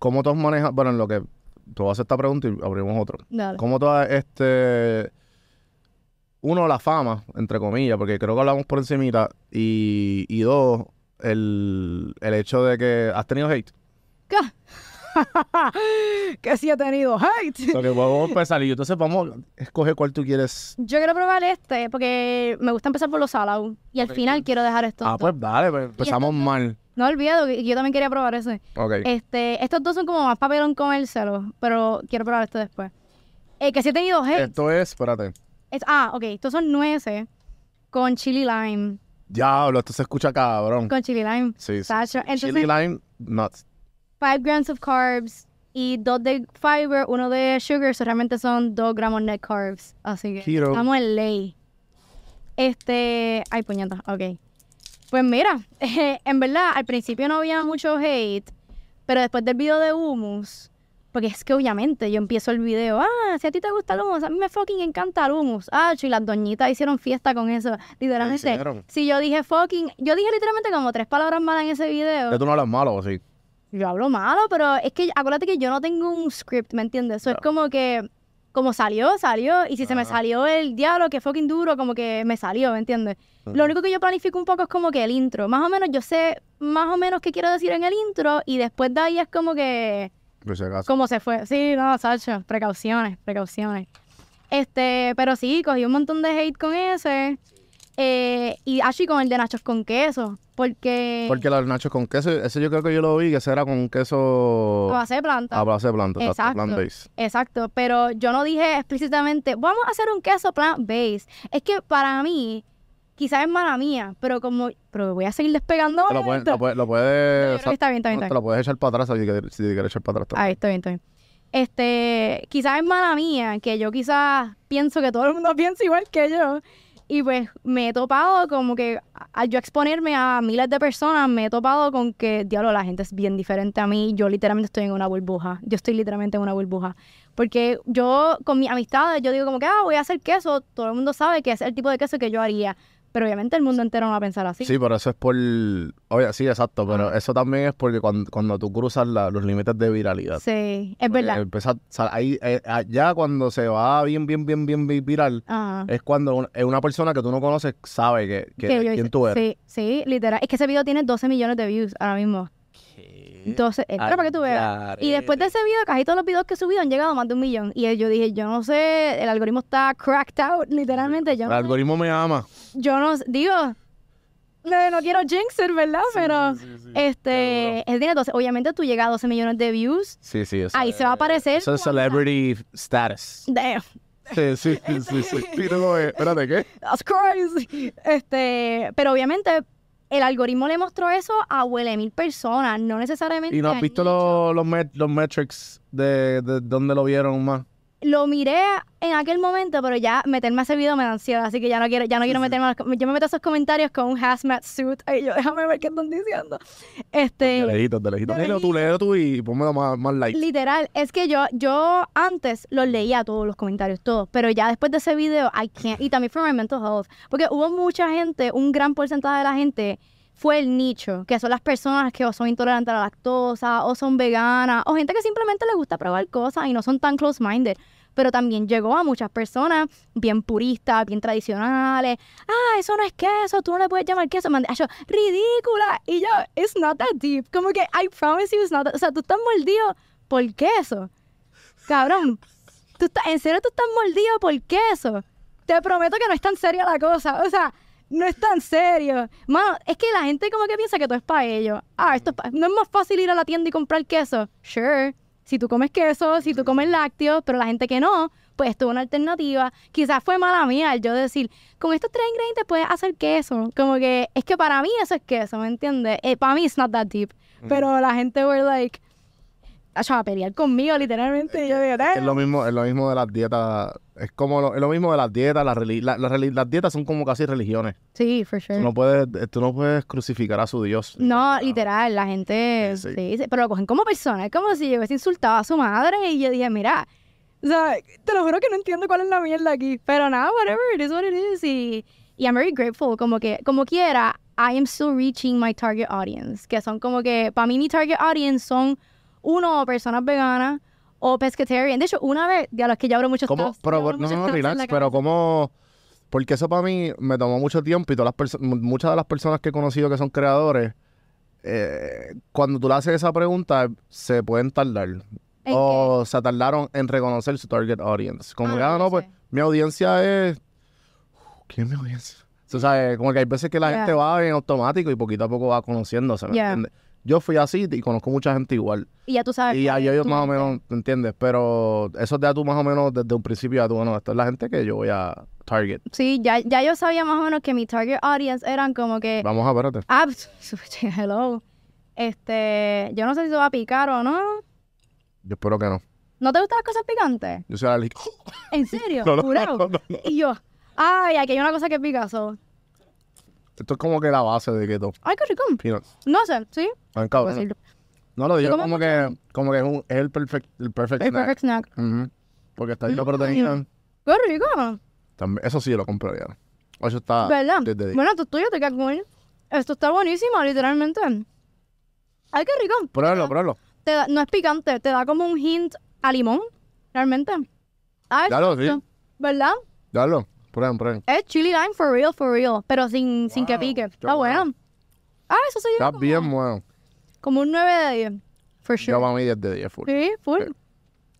¿cómo tú has manejado? Bueno, en lo que tú haces esta pregunta y abrimos otro. dale. ¿Cómo tú has, este, uno, la fama, entre comillas, porque creo que hablamos por encimita, y, y dos, el, el hecho de que has tenido hate. ¿Qué? *laughs* que sí he tenido hate. Lo que pues vamos a empezar, y entonces vamos a escoger cuál tú quieres. Yo quiero probar este porque me gusta empezar por los salados y al final quiero dejar esto. Ah, pues dale, pues, empezamos mal. No olvido que yo también quería probar ese. Ok. Este, estos dos son como más papelón comérselo, pero quiero probar este después. Eh, que sí he tenido hate. Esto es, espérate. Es- ah, ok. Estos son nueces con chili lime. Diablo, esto se escucha cabrón. Con chili lime. Sí, sí. Sacha, sí. entonces- Chili lime nuts. 5 grams of carbs y 2 de fiber, 1 de sugar, so realmente son 2 gramos net carbs. Así que Keto. estamos en ley. Este, ay puñeta, ok. Pues mira, *laughs* en verdad al principio no había mucho hate, pero después del video de humus, porque es que obviamente yo empiezo el video, ah, si a ti te gusta el humus, a mí me fucking encanta el humus. Ah, y las doñitas hicieron fiesta con eso, literalmente. hicieron? Si yo dije fucking, yo dije literalmente como tres palabras malas en ese video. Ya tú no hablas malo, sí. Yo hablo malo, pero es que acuérdate que yo no tengo un script, ¿me entiendes? Eso es como que, como salió, salió, y si se me Ajá. salió el diablo, que fucking duro, como que me salió, ¿me entiendes? Lo único que yo planifico un poco es como que el intro, más o menos yo sé más o menos qué quiero decir en el intro, y después de ahí es como que, Por si acaso. cómo se fue. Sí, no, Sacho, precauciones, precauciones. Este, pero sí, cogí un montón de hate con ese, eh, y así con el de nachos con queso, porque... Porque los nachos con queso, ese yo creo que yo lo vi, que ese era con queso lo hace planta. a base de planta. Exacto. Plant based. Exacto, pero yo no dije explícitamente, vamos a hacer un queso plant-based. Es que para mí, quizás es mala mía, pero como, pero voy a seguir despegando. Lo, pueden- esto. lo, puede- lo No, yo puedes. creo que está bien, está bien, te está lo bien. puedes echar para atrás si quieres, si quieres echar para atrás. Ahí, está bien, está bien. Este, quizás es mala mía, que yo quizás pienso que todo el mundo *laughs* piensa igual que yo. Y pues me he topado como que a- al yo exponerme a miles de personas, me he topado con que, diablo, la gente es bien diferente a mí. Yo literalmente estoy en una burbuja. Yo estoy literalmente en una burbuja. Porque yo, con mis amistades, yo digo como que, ah, voy a hacer queso. Todo el mundo sabe que es el tipo de queso que yo haría. Pero obviamente el mundo entero no va a pensar así. Sí, pero eso es por. Oye, sí, exacto. Pero eso también es porque cuando, cuando tú cruzas la- los límites de viralidad. Sí, es Porque verdad. empieza a- sal- ahí, eh, allá cuando se va bien, bien, bien, bien, bien viral, Ajá. es cuando un- es una persona que tú no conoces sabe que, que- Que yo quién hice- tú eres. Sí, sí, literal. Es que ese video tiene 12 millones de views ahora mismo. Entonces, eh, claro, para que tú Ah, veas. Y después de ese video, casi todos los videos que he subido han llegado a más de un millón. Y eh, yo dije, yo no sé, el algoritmo está cracked out, literalmente. Yo, El no sé. algoritmo me ama. yo no sé, digo, no, no quiero jinxer, ¿verdad? Pero, este, él tiene 12. Obviamente tú llegas a 12 millones de views, Sí, sí, eso. ahí se va a aparecer. Eso es cuando- celebrity status. Damn, Sí, sí, sí, sí. *laughs* sí. Y tú como que, espérate, ¿qué? that's crazy. *laughs* Este, pero obviamente el algoritmo le mostró eso a huele mil personas, no necesariamente. ¿Y no has a visto nicho. los, los, met- los metrics de, de dónde lo vieron más? lo miré en aquel momento, pero ya meterme a ese video me da ansiedad, así que ya no quiero, ya no quiero meterme a los, com- Yo me meto a esos comentarios con un hazmat suit. Ay, yo, déjame ver qué están diciendo. De Este, lejitos, de lejitos. de Léelo tú, léelo tú y ponmelo más, más like. literal, es que yo, yo antes los leía todos los comentarios, todos, pero ya después de ese video, I can't, y también for my mental health, porque hubo mucha gente, un gran porcentaje de la gente fue el nicho, que son las personas que o son intolerantes a la lactosa, o son veganas, o gente que simplemente les gusta probar cosas y no son tan close-minded. pero también llegó a muchas personas bien puristas, bien tradicionales. Ah, eso no es queso, tú no le puedes llamar queso. Mandé, ah, yo, ridícula. Y yo, it's not that deep. Como que, I promise you, it's not that-". O sea, tú estás mordido por queso. Cabrón, tú estás- en serio tú estás mordido por queso. Te prometo que no es tan seria la cosa. O sea, no es tan serio. Mano, es que la gente como que piensa que todo es para ellos. Ah, esto es pa- no es más fácil ir a la tienda y comprar queso. Sure. Si tú comes queso, si tú comes lácteos, pero la gente que no, pues esto es una alternativa. Quizás fue mala mía el yo decir, con estos tres ingredientes puedes hacer queso. Como que es que para mí eso es queso, ¿me entiendes? Eh, para mí it's not that deep. Mm. Pero la gente were like, "Acho, a pelear conmigo literalmente. Y yo digo, Es lo mismo, es lo mismo de las dietas. Es como lo, es lo mismo de las dietas. Las, reli- la- las reli- las dietas son como casi religiones. sí, for Tú sure. no puedes, tú no puedes crucificar a su Dios. No, literal, la gente Sí, sí. sí, sí, pero lo cogen como persona, es como si yo hubiese insultado a su madre y yo dije, mira, o sea, te lo juro que no entiendo cuál es la mierda aquí, pero nada, whatever, it is what it is y, y I'm very grateful, como que, como quiera, I am still reaching my target audience, que son como que, para mí mi target audience son, uno, o personas veganas o pescatarian, de hecho, una vez, de las que ya abro muchos ¿Cómo? tabs, Pero, ya abro no, muchos no, tabs en relax, la pero cabeza. como... Porque eso para mí me tomó mucho tiempo y todas las perso- mu- muchas de las personas que he conocido que son creadores, eh, cuando tú le haces esa pregunta, se pueden tardar. ¿En O se tardaron en reconocer su target audience. Como Ah, que, ah, no, no pues sé. mi audiencia es... ¿Quién es mi audiencia? O sea, eh, como que hay veces que la Yeah. gente va en automático y poquito a poco va conociéndose, ¿me Yeah. entiendes? Yo fui así y conozco mucha gente igual. y ya tú sabes. Y cuál ya es yo, tu más o gente. menos, ¿te entiendes? Pero eso te da tú más o menos desde un principio, ya tú, bueno, esta es la gente que yo voy a target. Sí, ya, ya yo sabía más o menos que mi target audience eran como que. Vamos a espérate. Ah, *laughs* hello. Este. Yo no sé si se va a picar o no. Yo espero que no. ¿No te gustan las cosas picantes? Yo soy alérgico. *gasps* ¿En serio? No, no, Jurado. no, no, no. Y yo. Ay, aquí hay una cosa que pica. so, Esto es como que la base de keto. Ay, qué rico. Peanuts. No sé, Pues ¿sí? Saben, Puedo cabrón. decirlo. No lo digo ¿Tú como comes que, como que es, un, es el perfect, el perfect El snack. perfect snack. Ujú. Porque está lleno de proteína. Qué rico. También, eso sí yo lo compraría. Eso está ¿Verdad? Ah, desde Bueno, esto es tuyo, te queda cool. Esto está buenísimo, literalmente. Ay, qué rico. Pruébalo, pruébalo. Te da- no es picante, te da como un hint a limón, realmente. Ay, Dalo, sí. ¿verdad? Dalo. Prueben, prueben. Es chili lime for real, for real, pero sin, sin que Wow, pique. qué Está bueno. bueno. Ah, eso soy yo Está bien bueno. como un 9 de 10. For Yo sure. para mí 10 de 10 full. Sí, full. Sí.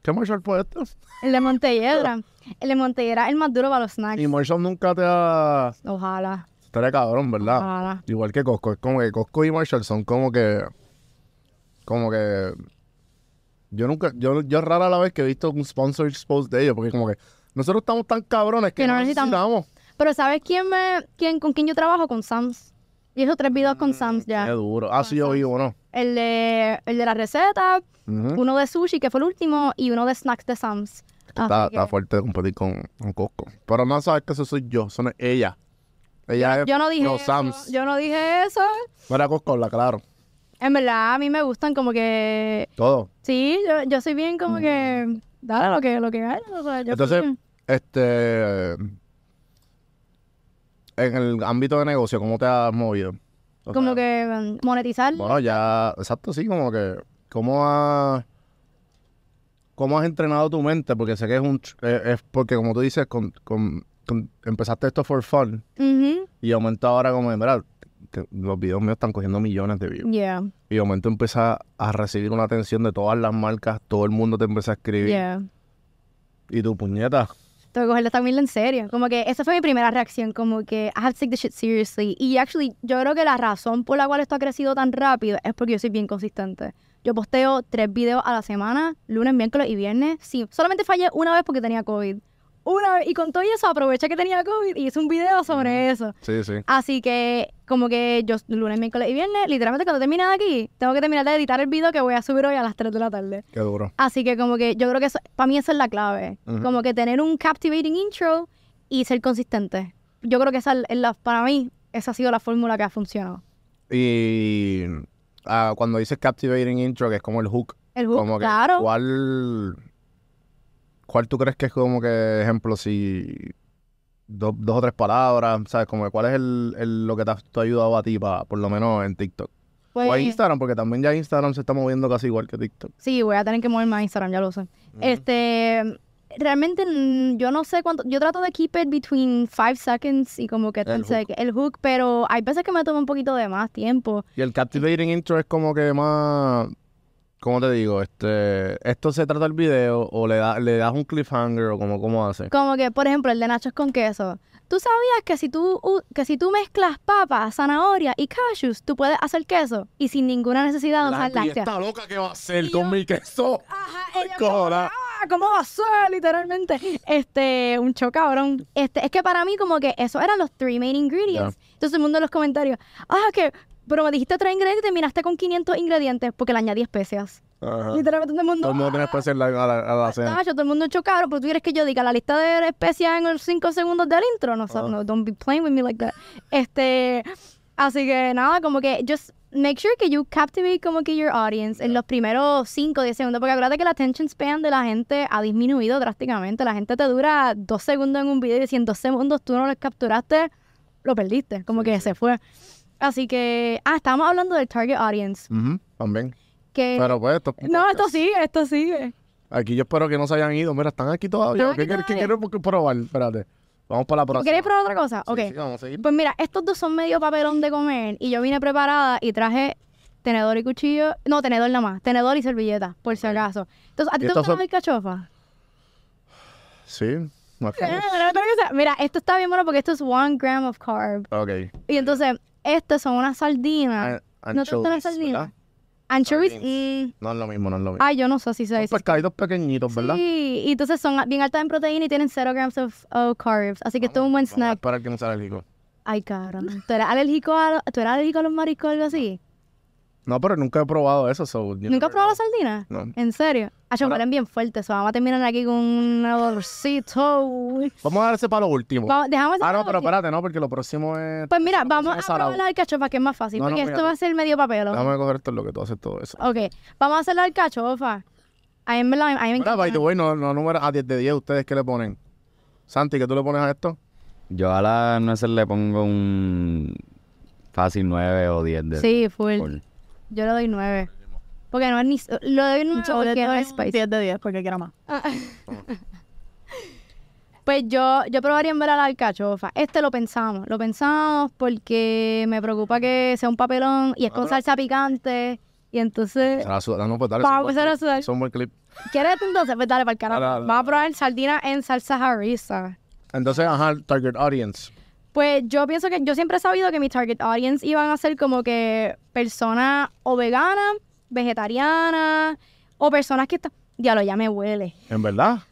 ¿Qué Marshall fue esto? El de Montelledra. El de Montelledra es el más duro para los snacks. Y Marshall nunca te ha... Ojalá. Estaría cabrón, ¿verdad? Ojalá. Igual que Costco. Es como que Costco y Marshall son como que. Como que. Yo nunca. Yo, yo rara la vez que he visto un sponsor post de ellos, porque como que. Nosotros estamos tan cabrones que, Que no no necesitamos. necesitamos. Pero ¿sabes quién me, quién, con quién yo trabajo? Con Sams. Y esos tres videos Mm, con Sams Qué ya. duro. Ah, sí, yo vi uno. El de, el de la receta, Ujú. uno de sushi, que fue el último, y uno de snacks de Sams. Está, Así que- está fuerte de competir con, con Costco. Pero no sabes que eso soy yo, eso no es ella. Ella es. yo no dije Los eso, Sams. Yo no dije eso. Para Costco, la claro. En verdad, a mí me gustan como que Todo. Sí, yo, yo soy bien como que. Dale lo que, lo que gane. o sea, yo Mm. Entonces, creo que- este. En el ámbito de negocio, ¿cómo te has movido? O sea, como que mm, monetizar. Bueno, ya, exacto, sí, como que, ¿cómo has, cómo has entrenado tu mente? Porque sé que es un, tr- eh, es porque como tú dices, con, con- con- empezaste esto for fun Ujú, y aumenta ahora como, de, mira, que los videos míos están cogiendo millones de views. Yeah, Y de momento empiezas a recibir una atención de todas las marcas, todo el mundo te empieza a escribir. yeah. Y tu puñeta, Tengo que cogerlo también en serio. Como que esa fue mi primera reacción, como que I have to take the shit seriously. Y actually, yo creo que la razón por la cual esto ha crecido tan rápido es porque yo soy bien consistente. Yo posteo tres videos a la semana, lunes, miércoles y viernes. Sí, solamente fallé una vez porque tenía COVID. Una vez, y con todo eso aproveché que tenía COVID y hice un video Mm. sobre eso. sí, sí. Así que, como que yo lunes, miércoles y viernes, literalmente cuando termine de aquí, tengo que terminar de editar el video que voy a subir hoy a las 3 de la tarde. Qué duro. Así que, como que yo creo que para mí esa es la clave. Ujú. Como que tener un captivating intro y ser consistente. Yo creo que esa es la, para mí, esa ha sido la fórmula que ha funcionado. Y ah, cuando dices captivating intro, que es como el hook, El hook, Como que, claro. ¿cuál, ¿Cuál tú crees que es como que, ejemplo, si do- dos o tres palabras, ¿sabes? Como que cuál es el, el- lo que te ha, te ha ayudado a ti, pa- por lo menos en TikTok. Pues, O en Instagram, porque también ya Instagram se está moviendo casi igual que TikTok. Sí, voy a tener que moverme a Instagram, ya lo sé. Este, realmente mm, yo no sé cuánto. Yo trato de keep it between 5 seconds y como que 10 hook. seconds. El hook, pero hay veces que me toma un poquito de más tiempo. Y el captivating intro es como que más. ¿Cómo te digo? Este, esto se trata el video o le, da- le das un cliffhanger o como cómo hace. Como que, por ejemplo, el de nachos con queso. ¿Tú sabías que si tú, u- que si tú mezclas papas, zanahoria y cashews, tú puedes hacer queso? Y sin ninguna necesidad de usar lácteas. loca que va a hacer Y con yo- mi queso. Ajá, ellos como, Cojonar. "Ah, ¿Cómo va a ser? Literalmente. Este, un show cabrón. Este, es que para mí, como que esos eran los three main ingredients. Entonces, el mundo en los comentarios. Ah, que, pero me dijiste tres ingredientes y te miraste con 500 ingredientes porque le añadí especias. Literalmente, todo el mundo. Ah. Todo el mundo tiene especie en la, a la, a la "Ah, cena. tacho, todo el mundo chocaron, pero tú quieres que yo diga la lista de especias en los cinco segundos del intro. No, so- Ah. no, don't be playing with me like that. Este, así que nada, como que just make sure que you captivate como que your audience en los primeros cinco o 10 segundos, porque acuérdate que el attention span de la gente ha disminuido drásticamente. La gente te dura dos segundos en un video y si en dos segundos tú no lo capturaste, lo perdiste, como Sí, que sí. se fue. Así que, ah, estábamos hablando del target audience, Ujú, también. que... Pero pues, esto, Eh, no, esto sigue, esto sigue. Aquí yo espero que no se hayan ido. Mira, están aquí todavía. Están ¿Qué, aquí quieres- qué todavía. quieres probar? Espérate. Vamos para la próxima. ¿Queréis probar otra cosa? Sí, ok. sí, vamos a seguir. Pues mira, estos dos son medio papelón de comer y yo vine preparada y traje tenedor y cuchillo. No, tenedor nada más. Tenedor y servilleta, por si acaso. Entonces, ¿a ti ¿Y te estos gustan son- las alcachofas? Sí. no es Eh, como- la otra cosa- Mira, esto está bien bueno porque esto es one gram of carb. Ok. Y entonces, estas son unas sardinas. An- Ah, ¿No te gustan las anchovies, sardinas? ¿verdad? Anchovies. Ah, Sardines. mm, No es lo mismo, no es lo mismo. ay, yo no sé si se Son dice. pescaditos pequeñitos, ¿verdad? Sí, y entonces son bien altas en proteína y tienen 0 grams of, of carbs. Así Ah, que esto es un buen snack. Para que no sea alérgico. Ay, cabrón. ¿Tú eres alérgico a, ¿tú eres alérgico a los mariscos o algo así? No, pero nunca he probado eso. So, you ¿Nunca never has probado la know. sardina? No. ¿En serio? Ah, yo Ahora- huelen bien fuerte, eso. Vamos a terminar aquí con un olorcito. Uy. Vamos a dar ese para lo último. Vamos, dejamos Ah, no, esa- pero espérate, no, porque lo próximo es. Pues mira, próximo vamos a es salado. probar la alcachofa, que es más fácil, No, no, porque esto fíjate. va a ser medio papel. ¿o? Déjame coger esto en lo que tú haces todo eso. Ok, vamos a hacer la alcachofa. A mí me la... A mí me Mira, by the encanta. way, no, no número a 10 de 10, ¿ustedes qué le ponen? Santi, ¿qué tú le pones a esto? Yo a las nueces le pongo un fácil 9 o 10 de Sí, full. full. Yo le doy nueve. Porque no es ni... Lo doy nueve Yo le porque no doy es un spicy. 10 de 10 porque quiero más. Pues yo, yo probaría en ver a la alcachofa. Este lo pensamos, lo pensamos porque me preocupa que sea un papelón y es con salsa picante. Y entonces... Será su- No, pues dale. Vamos a son buen empezar a clip, sudar. son buen clip. ¿Quieres entonces? Pues dale para el canal. Dale, dale, Vamos a probar sardina en salsa harissa. Entonces, ajá, target audience. Pues yo pienso que yo siempre he sabido que mi target audience iban a ser como que personas o veganas, vegetarianas, o personas que están. Diablo, ya me huele. ¿En verdad? *laughs*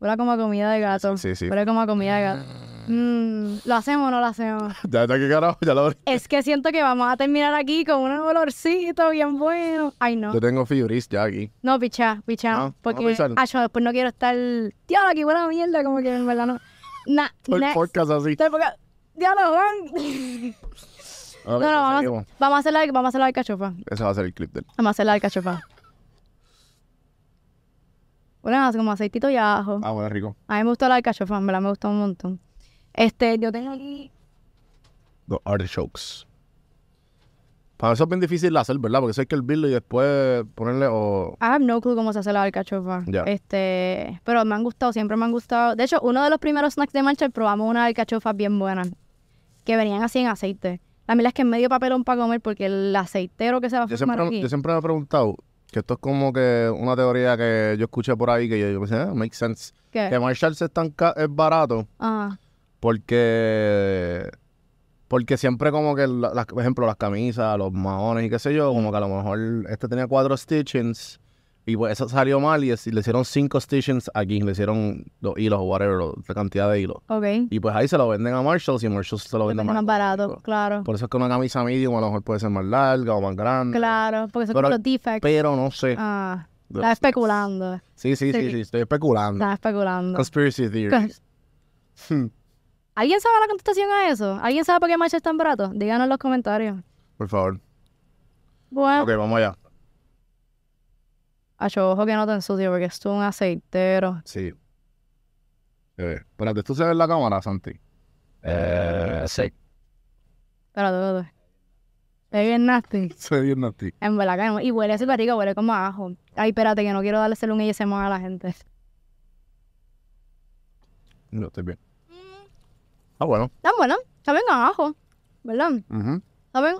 Huele como a comida de gato. Sí, sí. Huele como a comida de gato. Mm, ¿Lo hacemos o no lo hacemos? Ya está aquí, carajo, ya lo abrí. Es que siento que vamos a terminar aquí con un olorcito bien bueno. Ay, no. Yo tengo fibris ya aquí. No, pichá, pichá. No, no, vamos a porque, pichar. acho, después no quiero estar. Diablo, aquí buena mierda, como que en verdad no. Nah, Todo el next. podcast así. Estoy porque- Diablo, Juan. *laughs* No, No, no, vamos, vamos a hacer la, vamos a hacer la alcachofa. Ese va a ser el clip del. Vamos a hacer la alcachofa. Bueno, hace como aceitito y ajo. Ah, bueno, rico. A mí me gustó la alcachofa, en verdad me gustó un montón. Este, yo tengo aquí. Los artichokes. Para eso es bien difícil de hacer, ¿verdad? Porque eso hay que hervirlo y después ponerle o... I have no clue cómo se hace la alcachofa. Ya. Este, pero me han gustado, siempre me han gustado. De hecho, uno de los primeros snacks de Manchester probamos unas alcachofas bien buenas. Que venían así en aceite. La mierda es que es medio papelón para comer porque el aceitero que se va a Yo formar siempre, aquí. yo siempre me he preguntado, que esto es como que una teoría que yo escuché por ahí, que yo, yo pensé, ah, makes sense. ¿Qué? Que Marshalls es, tan ca- es barato Ah, porque... Porque siempre como que, la- las- por ejemplo, las camisas, los maones y qué sé yo, como que a lo mejor este tenía cuatro stitchings y pues eso salió mal y, es- y le hicieron cinco stitchings aquí, le hicieron los hilos o whatever, lo- la cantidad de hilos. ok. Y pues ahí se lo venden a Marshalls y Marshalls se lo Es venden más barato, claro. Por eso es que una camisa medium a lo mejor puede ser más larga o más grande. Claro, porque son Pero- como los defects. Pero no sé. Ah, De- está especulando, sí, sí, sí, sí. sí, estoy especulando. está especulando. Conspiracy theory. Hmm. ¿Alguien sabe la contestación a eso? ¿Alguien sabe por qué Macho es tan barato? Díganos en los comentarios. Por favor. Bueno, Ok, vamos allá. acho, ojo que no te ensucio porque esto es un aceitero. Sí. Eh, espérate, ¿tú se ve en la cámara, Santi? *laughs* Eh, sí. Pero todo. Es bien nasty. Se ve bien a ti. En verdad que no. Y huele súper rico, huele como a ajo. Ay, espérate, que no quiero darle un ASMR a la gente. Yo estoy bien. Ah, bueno. Están buenas. Saben a ajo, ¿verdad? Ujú. *laughs* Saben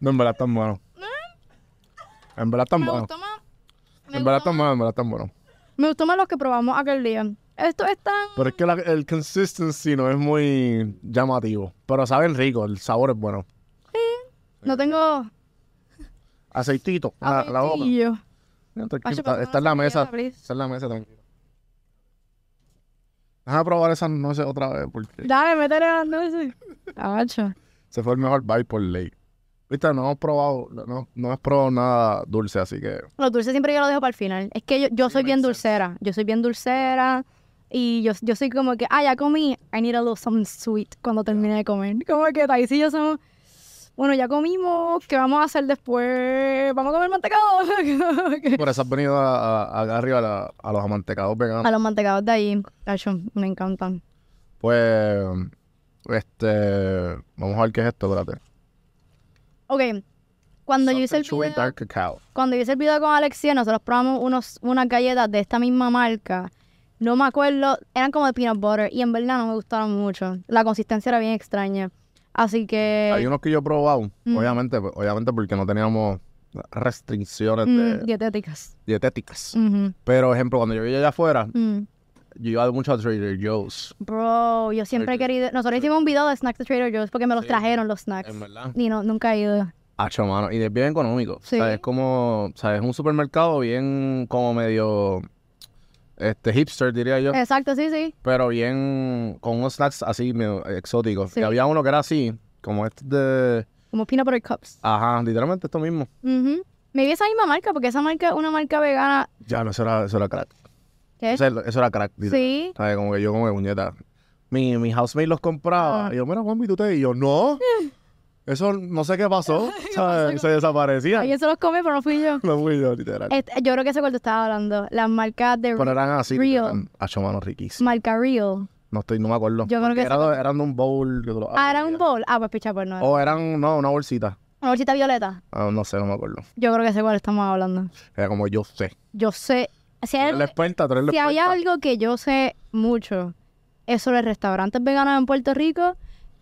No, en verdad están buenos. En verdad están buenos. más. En verdad están buenos, en verdad están buenos. Me gustó más los que probamos aquel día. Estos están. Pero es que la- el consistency no es muy llamativo. Pero saben rico, el sabor es bueno. No tengo. Aceitito. a la- a la boca. yo. Mira, tranquilo, Pacho, Está, pero no está en se la me mesa. quiere abrir. Está en la mesa, tranquilo. Déjame probar esas noces otra vez porque Dale, métele las nueces. Cacho. se fue el mejor vibe por ley. Viste, no hemos probado, no, no hemos probado nada dulce, así que Los dulces siempre yo los dejo para el final. Es que yo, yo soy bien dulcera. Yo soy bien dulcera. Y yo, yo soy como que, ah, ya comí. I need a little something sweet cuando termine de comer. Como que Thais y yo somos. Bueno, ya comimos. ¿Qué vamos a hacer después? ¿Vamos a comer mantecado? *laughs* Como que- por eso has venido a, a- a- arriba a, la- a los amantecados veganos. A los mantecados de ahí, cacho, me encantan. Pues, este, vamos a ver qué es esto, espérate. Ok, cuando yo, hice el Chocolate video, dark cacao. cuando yo hice el video con Alexia, nosotros probamos unos, unas galletas de esta misma marca. No me acuerdo, eran como de peanut butter y en verdad no me gustaron mucho. La consistencia era bien extraña. Así que... Hay unos que yo he probado, eh, Mm. obviamente, pues, obviamente porque no teníamos restricciones mm, de- dietéticas. dietéticas. Ujú, Pero, ejemplo, cuando yo vivía allá afuera, mm. yo iba mucho a Trader Joe's. Bro, yo siempre he Porque- querido... Nosotros hicimos un video de Snacks de Trader Joe's porque me los trajeron los snacks. En verdad. Y no, nunca he ido. Hacho, mano. Y es bien económico. Sí. O sea, es como, o sea, es un supermercado bien como medio este hipster, diría yo. Exacto, sí, sí. Pero bien con unos snacks así medio exóticos. Sí. Y había uno que era así, como este de. Como peanut butter cups. Ajá, literalmente esto mismo. mhm Me vi esa misma marca, porque esa marca es una marca vegana. Ya, no, eso era, eso era crack. ¿Qué? Eso, era- eso era crack, literal. Eh. sí. ¿Sabes? Como que yo como que puñeta. Mi, mi housemate los compraba. Ah. Y yo, mira, Juan, ¿y tú te? Y yo, *laughs* no. Eso no sé qué pasó. ¿sabes? Se desaparecía. Alguien se los come, pero no fui yo. *laughs* No fui yo, literal. Este, yo creo que eso es cuando estaba hablando. Las marcas de Pero eran así, Real. eran hacho mano riquísimos. marca Real. No estoy, no me acuerdo. Yo creo Porque que era- eran de un bowl. que tú lo Ah, era un abrías. bowl. Ah, pues picha, pues no. era. O eran, no, una bolsita. Una bolsita violeta. Ah, no sé, no me acuerdo. Yo creo que sé cuál estamos hablando. Era como yo sé. Yo sé. Si hay, La experta, tú eres la si hay experta. algo que yo sé mucho, es sobre restaurantes veganos en Puerto Rico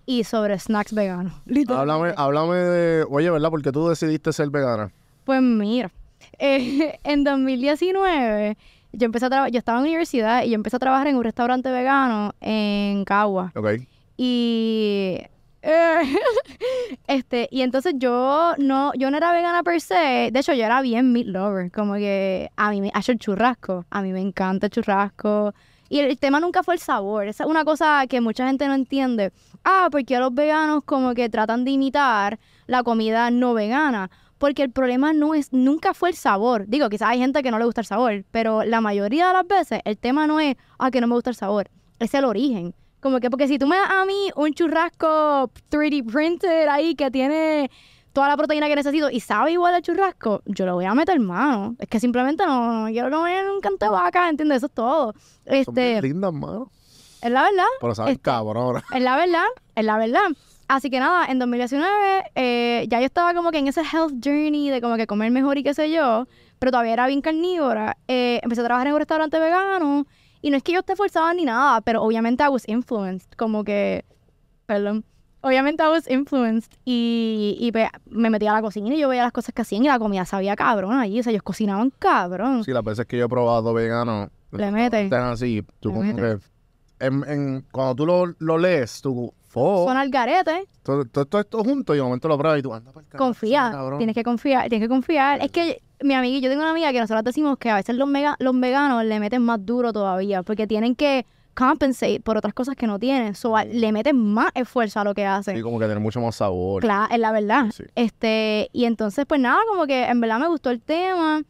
y sobre snacks veganos. *laughs* Háblame, háblame de, oye, ¿verdad? Porque tú decidiste ser vegana. Pues mira, *laughs* eh, en 2019 yo empecé a trabajar, yo estaba en la universidad y yo empecé a trabajar en un restaurante vegano en Cagua. Ok. Y eh, *laughs* este, y entonces yo no, yo no era vegana per se. De hecho, yo era bien meat lover. Como que a mí me hace el churrasco. A mí me encanta el churrasco. Y el, el tema nunca fue el sabor. Esa es una cosa que mucha gente no entiende. Ah, porque los veganos como que tratan de imitar la comida no vegana. Porque el problema no es, nunca fue el sabor. Digo, quizás hay gente que no le gusta el sabor, pero la mayoría de las veces el tema no es, ah, que no me gusta el sabor. Es el origen. Como que, porque si tú me das a mí un churrasco 3D printed ahí que tiene toda la proteína que necesito y sabe igual al churrasco, yo lo voy a meter mano. Es que simplemente no, yo no voy a un canto de vaca, ¿entiendes? Eso es todo. Son bien Este, lindas, mano. es la verdad. Pero sabes, este- cabrón. Es la verdad, es la verdad. Así que nada, en 2019 eh, ya yo estaba como que en ese health journey de como que comer mejor y qué sé yo, pero todavía era bien carnívora. Eh, empecé a trabajar en un restaurante vegano y no es que yo esté forzada ni nada, pero obviamente I was influenced, como que, perdón, obviamente I was influenced y, y pues, me metí a la cocina y yo veía las cosas que hacían y la comida sabía cabrón allí, o sea, ellos cocinaban cabrón. Sí, las veces que yo he probado vegano. Le meten. Están así, tú Le como meten. que. En, en- cuando tú lo, lo lees, tú. Oh, Son al garete. todo, todo- todo esto junto y de momento lo pruebas y tú anda para el carajo, Confía, cabrón. tienes que confiar, tienes que confiar. Es que mi amiga, yo tengo una amiga que nosotros decimos que a veces los, mega, los veganos le meten más duro todavía porque tienen que compensate por otras cosas que no tienen. So, a- le meten más esfuerzo a lo que hacen. Sí, como que tiene mucho más sabor. Claro, es la verdad. Sí. Este, y entonces, pues nada, como que en verdad me gustó el tema.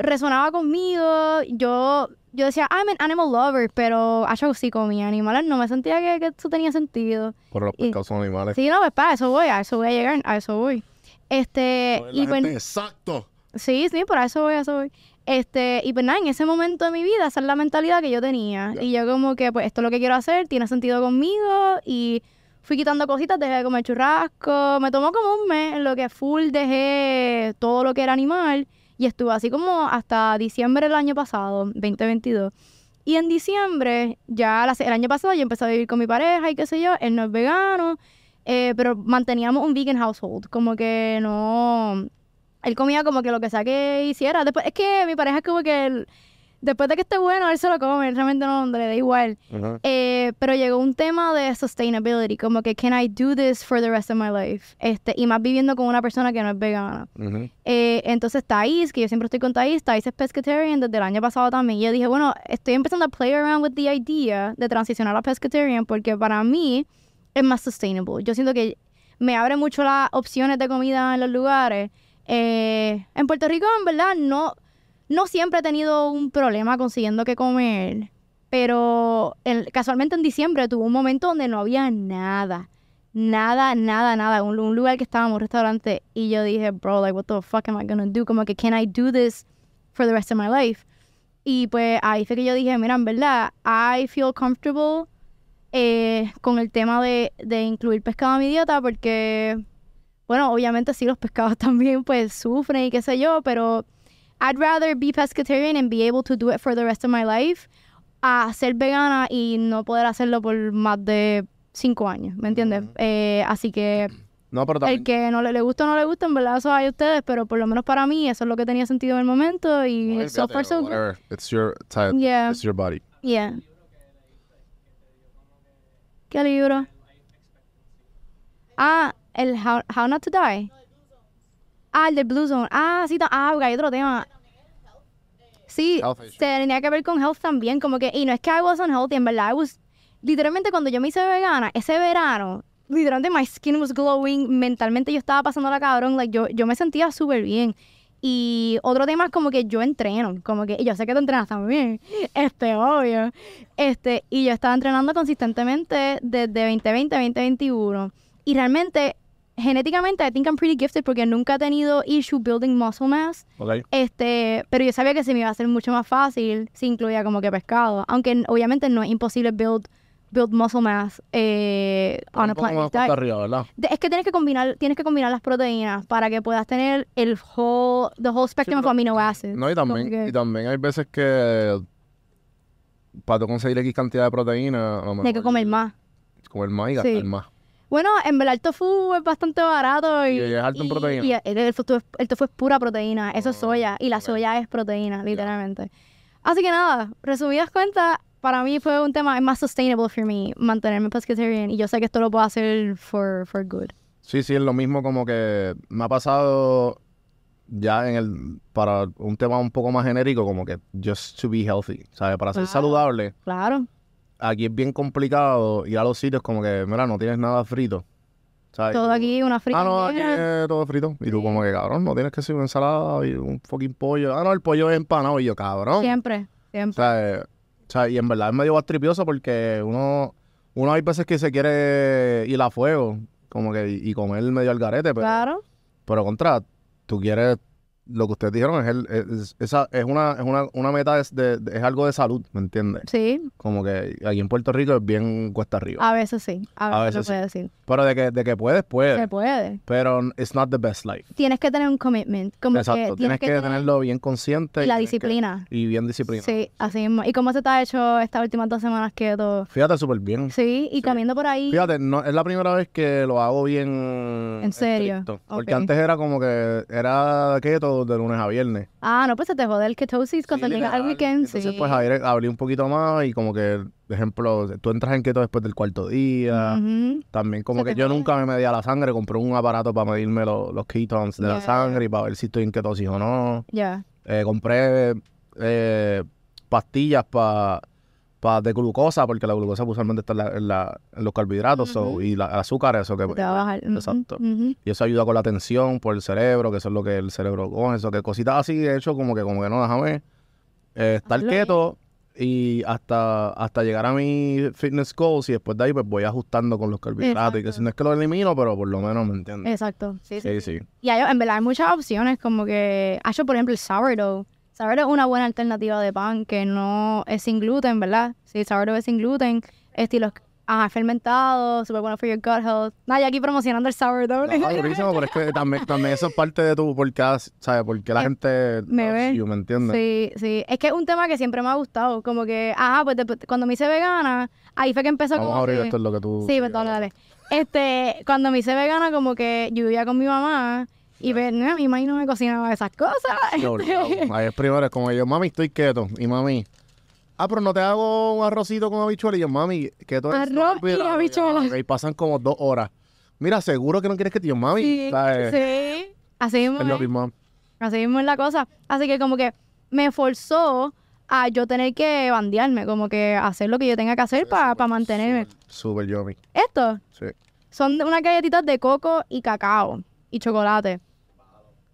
Resonaba conmigo. Yo, yo decía, I'm an animal lover, pero acho sí, con mis animales no me sentía que, que eso tenía sentido. Por los Y- pescados son animales. Sí, no, pues para eso voy, a eso voy a llegar, a eso voy. Este, Joder, la y pues, gente, exacto. sí, sí, por eso voy, a eso voy. Este, y pues nada, en ese momento de mi vida, esa es la mentalidad que yo tenía. Ya. Y yo como que, pues, esto es lo que quiero hacer, tiene sentido conmigo. Y fui quitando cositas, dejé de comer churrasco. Me tomó como un mes en lo que full dejé todo lo que era animal. Y estuve así como hasta diciembre del año pasado, 2022. Y en diciembre, ya la se- el año pasado, yo empecé a vivir con mi pareja y qué sé yo. Él no es vegano, eh, pero manteníamos un vegan household. Como que no. Él comía como que lo que sea que hiciera. Después, es que mi pareja es como que. él- después de que esté bueno, él se lo come. él Realmente no le da igual. Ajá. Eh, pero llegó un tema de sustainability, como que can I do this for the rest of my life? Este, y más viviendo con una persona que no es vegana. Ujú. Eh, entonces Thais, que yo siempre estoy con Thais, Thais es pescatarian desde el año pasado también. Y yo dije, bueno, estoy empezando a play around with the idea de transicionar a pescatarian porque para mí es más sustainable. Yo siento que me abre mucho las opciones de comida en los lugares. Eh, en Puerto Rico, en verdad, no, no siempre he tenido un problema consiguiendo qué comer. Pero el- casualmente en diciembre tuve un momento donde no había nada. Nada, nada, nada. Un, un lugar que estábamos, un restaurante. Y yo dije, bro, like, what the fuck am I gonna do? Como que, can I do this for the rest of my life? Y pues ahí fue que yo dije, mira, en verdad, I feel comfortable eh, con el tema de, de incluir pescado a mi dieta porque, bueno, obviamente sí, los pescados *laughs* también pues sufren y qué sé yo, pero I'd rather be pescatarian and be able to do it for the rest of my life a ser vegana y no poder hacerlo por más de cinco años, ¿me entiendes? Eh, así que No, pero el también. que no le, le gusta o no le gusta, en verdad eso hay ustedes, pero por lo menos para mí eso es lo que tenía sentido en el momento y No, el so far olvídate, so good. whatever. It's your type. Yeah. It's your body. Yeah. ¿Qué libro? Ah, el How, How Not to Die. Ah, el de Blue Zone. Ah, sí, ta- ah, ok, hay otro tema. Sí, Health issue. tenía que ver con health también, como que, y no es que I was unhealthy, en verdad, I was, literalmente cuando yo me hice vegana, ese verano, literalmente my skin was glowing, mentalmente yo estaba pasando la cabrón, like, yo, yo me sentía súper bien. Y otro tema es como que yo entreno, como que y yo sé que tú entrenas también, este, obvio. Este, y yo estaba entrenando consistentemente desde 2020, 2021. Y realmente, genéticamente, I think I'm pretty gifted porque nunca he tenido issue building muscle mass. Ok. Este, pero yo sabía que se me iba a hacer mucho más fácil si incluía como que pescado. Aunque n- obviamente no es imposible build, build muscle mass eh, on a Un poco más plant-based cuesta diet. arriba, ¿verdad? De- Es que tienes que combinar, tienes que combinar las proteínas para que puedas tener el whole, the whole spectrum of pero- amino acids. No, y también, Como que- y también hay veces que para tú conseguir X cantidad de proteína, a lo Tienes que mejor comer más. comer más y gastar Sí. más. Bueno, en verdad el tofu es bastante barato y, Y es alto en y- proteína. y el, el tofu es, el tofu es pura proteína, eso es Oh, soya y la ok. soya es proteína, literalmente. Así que nada, resumidas cuentas, para mí fue un tema es más sustainable for me mantenerme pescatarian y yo sé que esto lo puedo hacer for, for good. Sí, sí, es lo mismo como que me ha pasado ya en el para un tema un poco más genérico como que just to be healthy, ¿sabes? Para ser Claro. saludable, Claro, aquí es bien complicado ir a los sitios como que, mira, no tienes nada frito, ¿sabes? todo aquí una frita. Ah, no, aquí es todo frito. Y tú como que, cabrón, no tienes que ser una ensalada y un fucking pollo. Ah, no, el pollo es empanado. Y yo, cabrón. Siempre, O siempre. sea, eh, o sea, y en verdad es medio bastripioso porque uno, uno hay veces que se quiere ir a fuego, como que y y comer medio al garete, pero, claro. pero contra, tú quieres, lo que ustedes dijeron es, el- es, esa, es, una, es una, una meta, es, de, de- es algo de salud, ¿me entiendes? Sí, Como que aquí en Puerto Rico es bien cuesta arriba. a veces sí, a A veces Eh. veces, se puede decir. Pero de que, de que puedes, Se puedes. puede. Pero it's not the best life. Tienes que tener un commitment, como Exacto, que tienes, que, tener tenerlo bien consciente. y la tienes que- disciplina. y bien disciplinado. Sí, así mismo. ¿Y cómo se te ha hecho estas últimas dos semanas quieto? Fíjate súper bien. Sí, y Sí. caminando por ahí. Fíjate, no, es la primera vez que lo hago bien. ¿En serio? estricto. Porque Ok. antes era como que era keto de lunes a viernes. Ah, no, pues se te jode el ketosis cuando Sí, llega literal. el weekend. Entonces, sí. pues ayer abrí un poquito más y como que, por ejemplo, tú entras en keto después del cuarto día. Ujú. También como Se que te yo jode. nunca me medía la sangre. Compré un aparato para medirme lo- los ketones de Ya. la sangre y para ver si estoy en ketosis o no. Ya. Eh, compré eh, pastillas para de glucosa, porque la glucosa pues, usualmente está en, la- en la- en los carbohidratos so, Ujú. y la, el azúcar, eso que pues, se te va a bajar. Ujú, Exacto. ujú. Y eso ayuda con la tensión por el cerebro, que eso es lo que el cerebro coge, eso que cositas así, de hecho, como que como que no, déjame eh, estar Hazlo bien. quieto y hasta, hasta llegar a mi fitness goals y después de ahí pues voy ajustando con los carbohidratos y que Exacto. Eh, si no es que lo elimino, pero por lo menos me entiendes. Exacto. Sí, sí. Mm. Sí, *laughs* sí. Y hay, en verdad hay muchas opciones, como que. Hay, por ejemplo, el sourdough. Sourdough es una buena alternativa de pan que no es sin gluten, ¿verdad? Sí, sourdough es sin gluten. Estilos Ajá, fermentado, super bueno for your gut health. Nada, ya aquí promocionando el sourdough. Ah, durísimo, pero es que también, también eso es parte de tu por cada, ¿sabes? Porque la Eh, gente me loves ve. you, ¿me entiendes? Sí, sí. Es que es un tema que siempre me ha gustado. Como que, ajá, pues después- cuando me hice vegana, ahí fue que empezó Vamos como a abrir que- esto es lo que tú. Sí, perdón, dale. Este, cuando me hice vegana, como que yo vivía con mi mamá y pues, no, mi mamá no me cocinaba esas *laughs* cosas. Qué obligado. Ahí es primero, es como yo, mami, estoy keto. Y mami, ah, pero no te hago un arrocito con habichuelas. Y yo, mami, keto es. Arroz y carbohidrato". habichuelas. Y pasan como dos horas. Mira, seguro que no quieres que te yo, mami. *laughs* Sí, ¿sabes? sí. Así mismo. Es lo es. mismo. Así mismo es la cosa. Así que como que me forzó a yo tener que bandearme, como que hacer lo que yo tenga que hacer para mantenerme. Súper yummy. Esto Sí. son de- unas galletitas de coco y cacao y chocolate.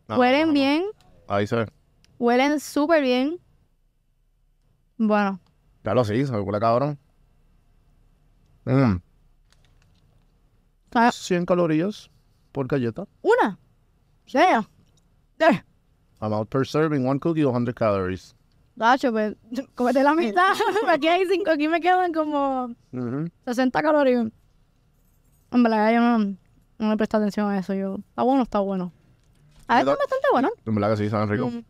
No, huelen no, no. bien, Ahí se ve. huelen súper bien. Bueno, Ya lo sí, se me huele cabrón. Mm. Ah. 100 calorías por galleta. una. Yeah. Yeah. I'm out per serving, one cookie, 200 calories. Dacho, pues, *laughs* cómete la mitad. *laughs* aquí hay cinco, aquí me quedan como 60 calorías. En verdad, yo no, no le presté atención a eso. Yo, está bueno, está bueno. A ver, Yo está bastante bueno. En verdad que sí, saben rico. Mm,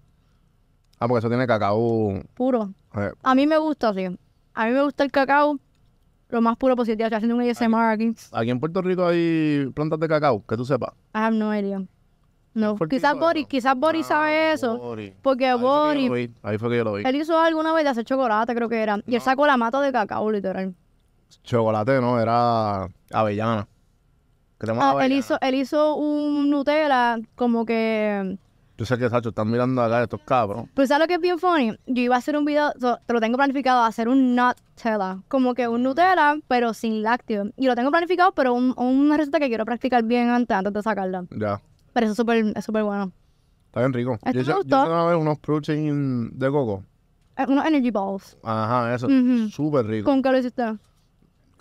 Ah, porque eso tiene cacao. puro. eh, A mí me gusta, así. A mí me gusta el cacao. Lo más puro positivo. Estoy haciendo un ASMR aquí. Aquí en Puerto Rico hay plantas de cacao, que tú sepas. I have no idea. No. Fuertito, Quizás ¿verdad? Boris, quizás Boris sabe eso. Ah, Bori. Porque Ahí fue que Ah, yo lo Boris, vi, Ahí fue que yo lo vi. él hizo alguna vez de hacer chocolate, creo que era. Y él sacó la mata de cacao, literal. Chocolate, ¿no? Era avellana. Crema de Ah, él, avellana. hizo, él hizo un Nutella como que Yo sé que, Sacho, están mirando acá estos cabros. Pues ¿sabes lo que es bien funny? Yo iba a hacer un video, so- te lo tengo planificado, hacer un Nutella. Como que un Nutella, pero sin lácteos. Y lo tengo planificado, pero un- una receta que quiero practicar bien antes, antes de sacarla. Ya. Pero eso es súper es súper bueno. Está bien rico. Este Yo me hice, yo gustó. hice una vez unos protein de coco. Eh, unos energy balls. Ajá, eso. Ujú. Súper rico. ¿Con qué lo hiciste?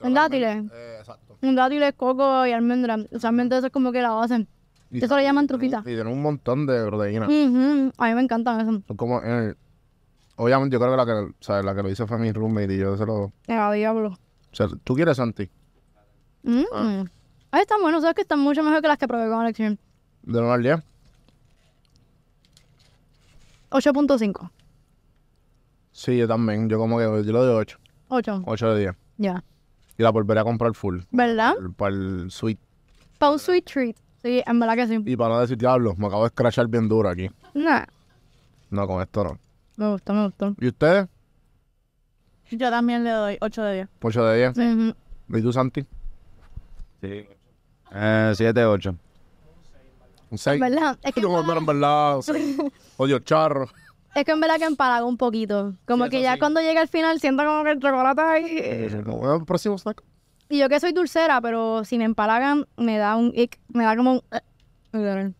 Con dátiles. Eh, exacto. Un dátiles, coco y almendra. Usualmente eso es como que la hacen. Y Eso le llaman y tiene un- truquita. Mm. Y tiene un montón de proteína. Ujú, A mí me encantan eso. Son como eh, Obviamente, yo creo que la que, ¿sabes? la que lo hice fue mi roommate y yo se lo. Eh, a diablo. o sea, ¿Tú quieres, Santi? Mm. Ah. Ahí están buenos, sabes que están mucho mejor que las que probé con Alexion. De 1 al 10. 8.5. Sí, yo también. Yo como que yo le doy 8. 8. 8 de 10. Ya. Y la volveré a comprar full. ¿Verdad? el- Para el suite. Para un sweet treat. Sí, en verdad que sí. Y para no decir, diablo, me acabo de escrachar bien duro aquí. Nah. No, con esto no. Me gustó, me gustó. ¿Y ustedes? Yo también le doy 8 de 10. 8 de 10. Ujú. ¿Y tú, Santi? Sí. Eh, 7, 8. Un 6. ¿Verdad? Es que, Yo como, en *laughs* verdad. un seis. Odio charro. es que en verdad que empalago un poquito. Como Sí, que eso ya sí. cuando llega al final siento como que el chocolate ahí. eh. Como, "Ah, Próximo snack. Y yo que soy dulcera, pero si me empalagan me da un ick, me da como un... eh, literal.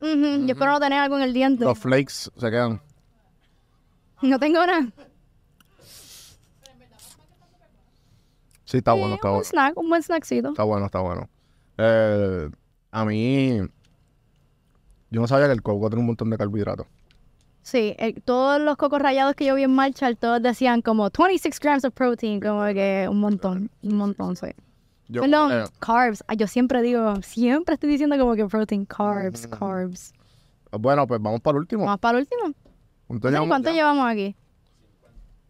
Ujú, Yo espero no tener algo en el diente. Los flakes se quedan. No tengo nada. Sí, está Sí, bueno, está un bueno. snack, un buen snackcito. Está bueno, está bueno. Eh, a mí. Yo no sabía que el coco tiene un montón de carbohidratos. Sí, eh, todos los cocos rayados que yo vi en Marshall, todos decían como 26 grams of protein, como que un montón, un montón, sí. Yo, Perdón, eh, carbs. Ah, Yo siempre digo, siempre estoy diciendo como que protein, carbs, Mm. carbs. bueno, pues vamos para el último. Vamos para el último. ¿Cuánto Oye, llevamos Ah, ¿Cuánto ya? llevamos aquí?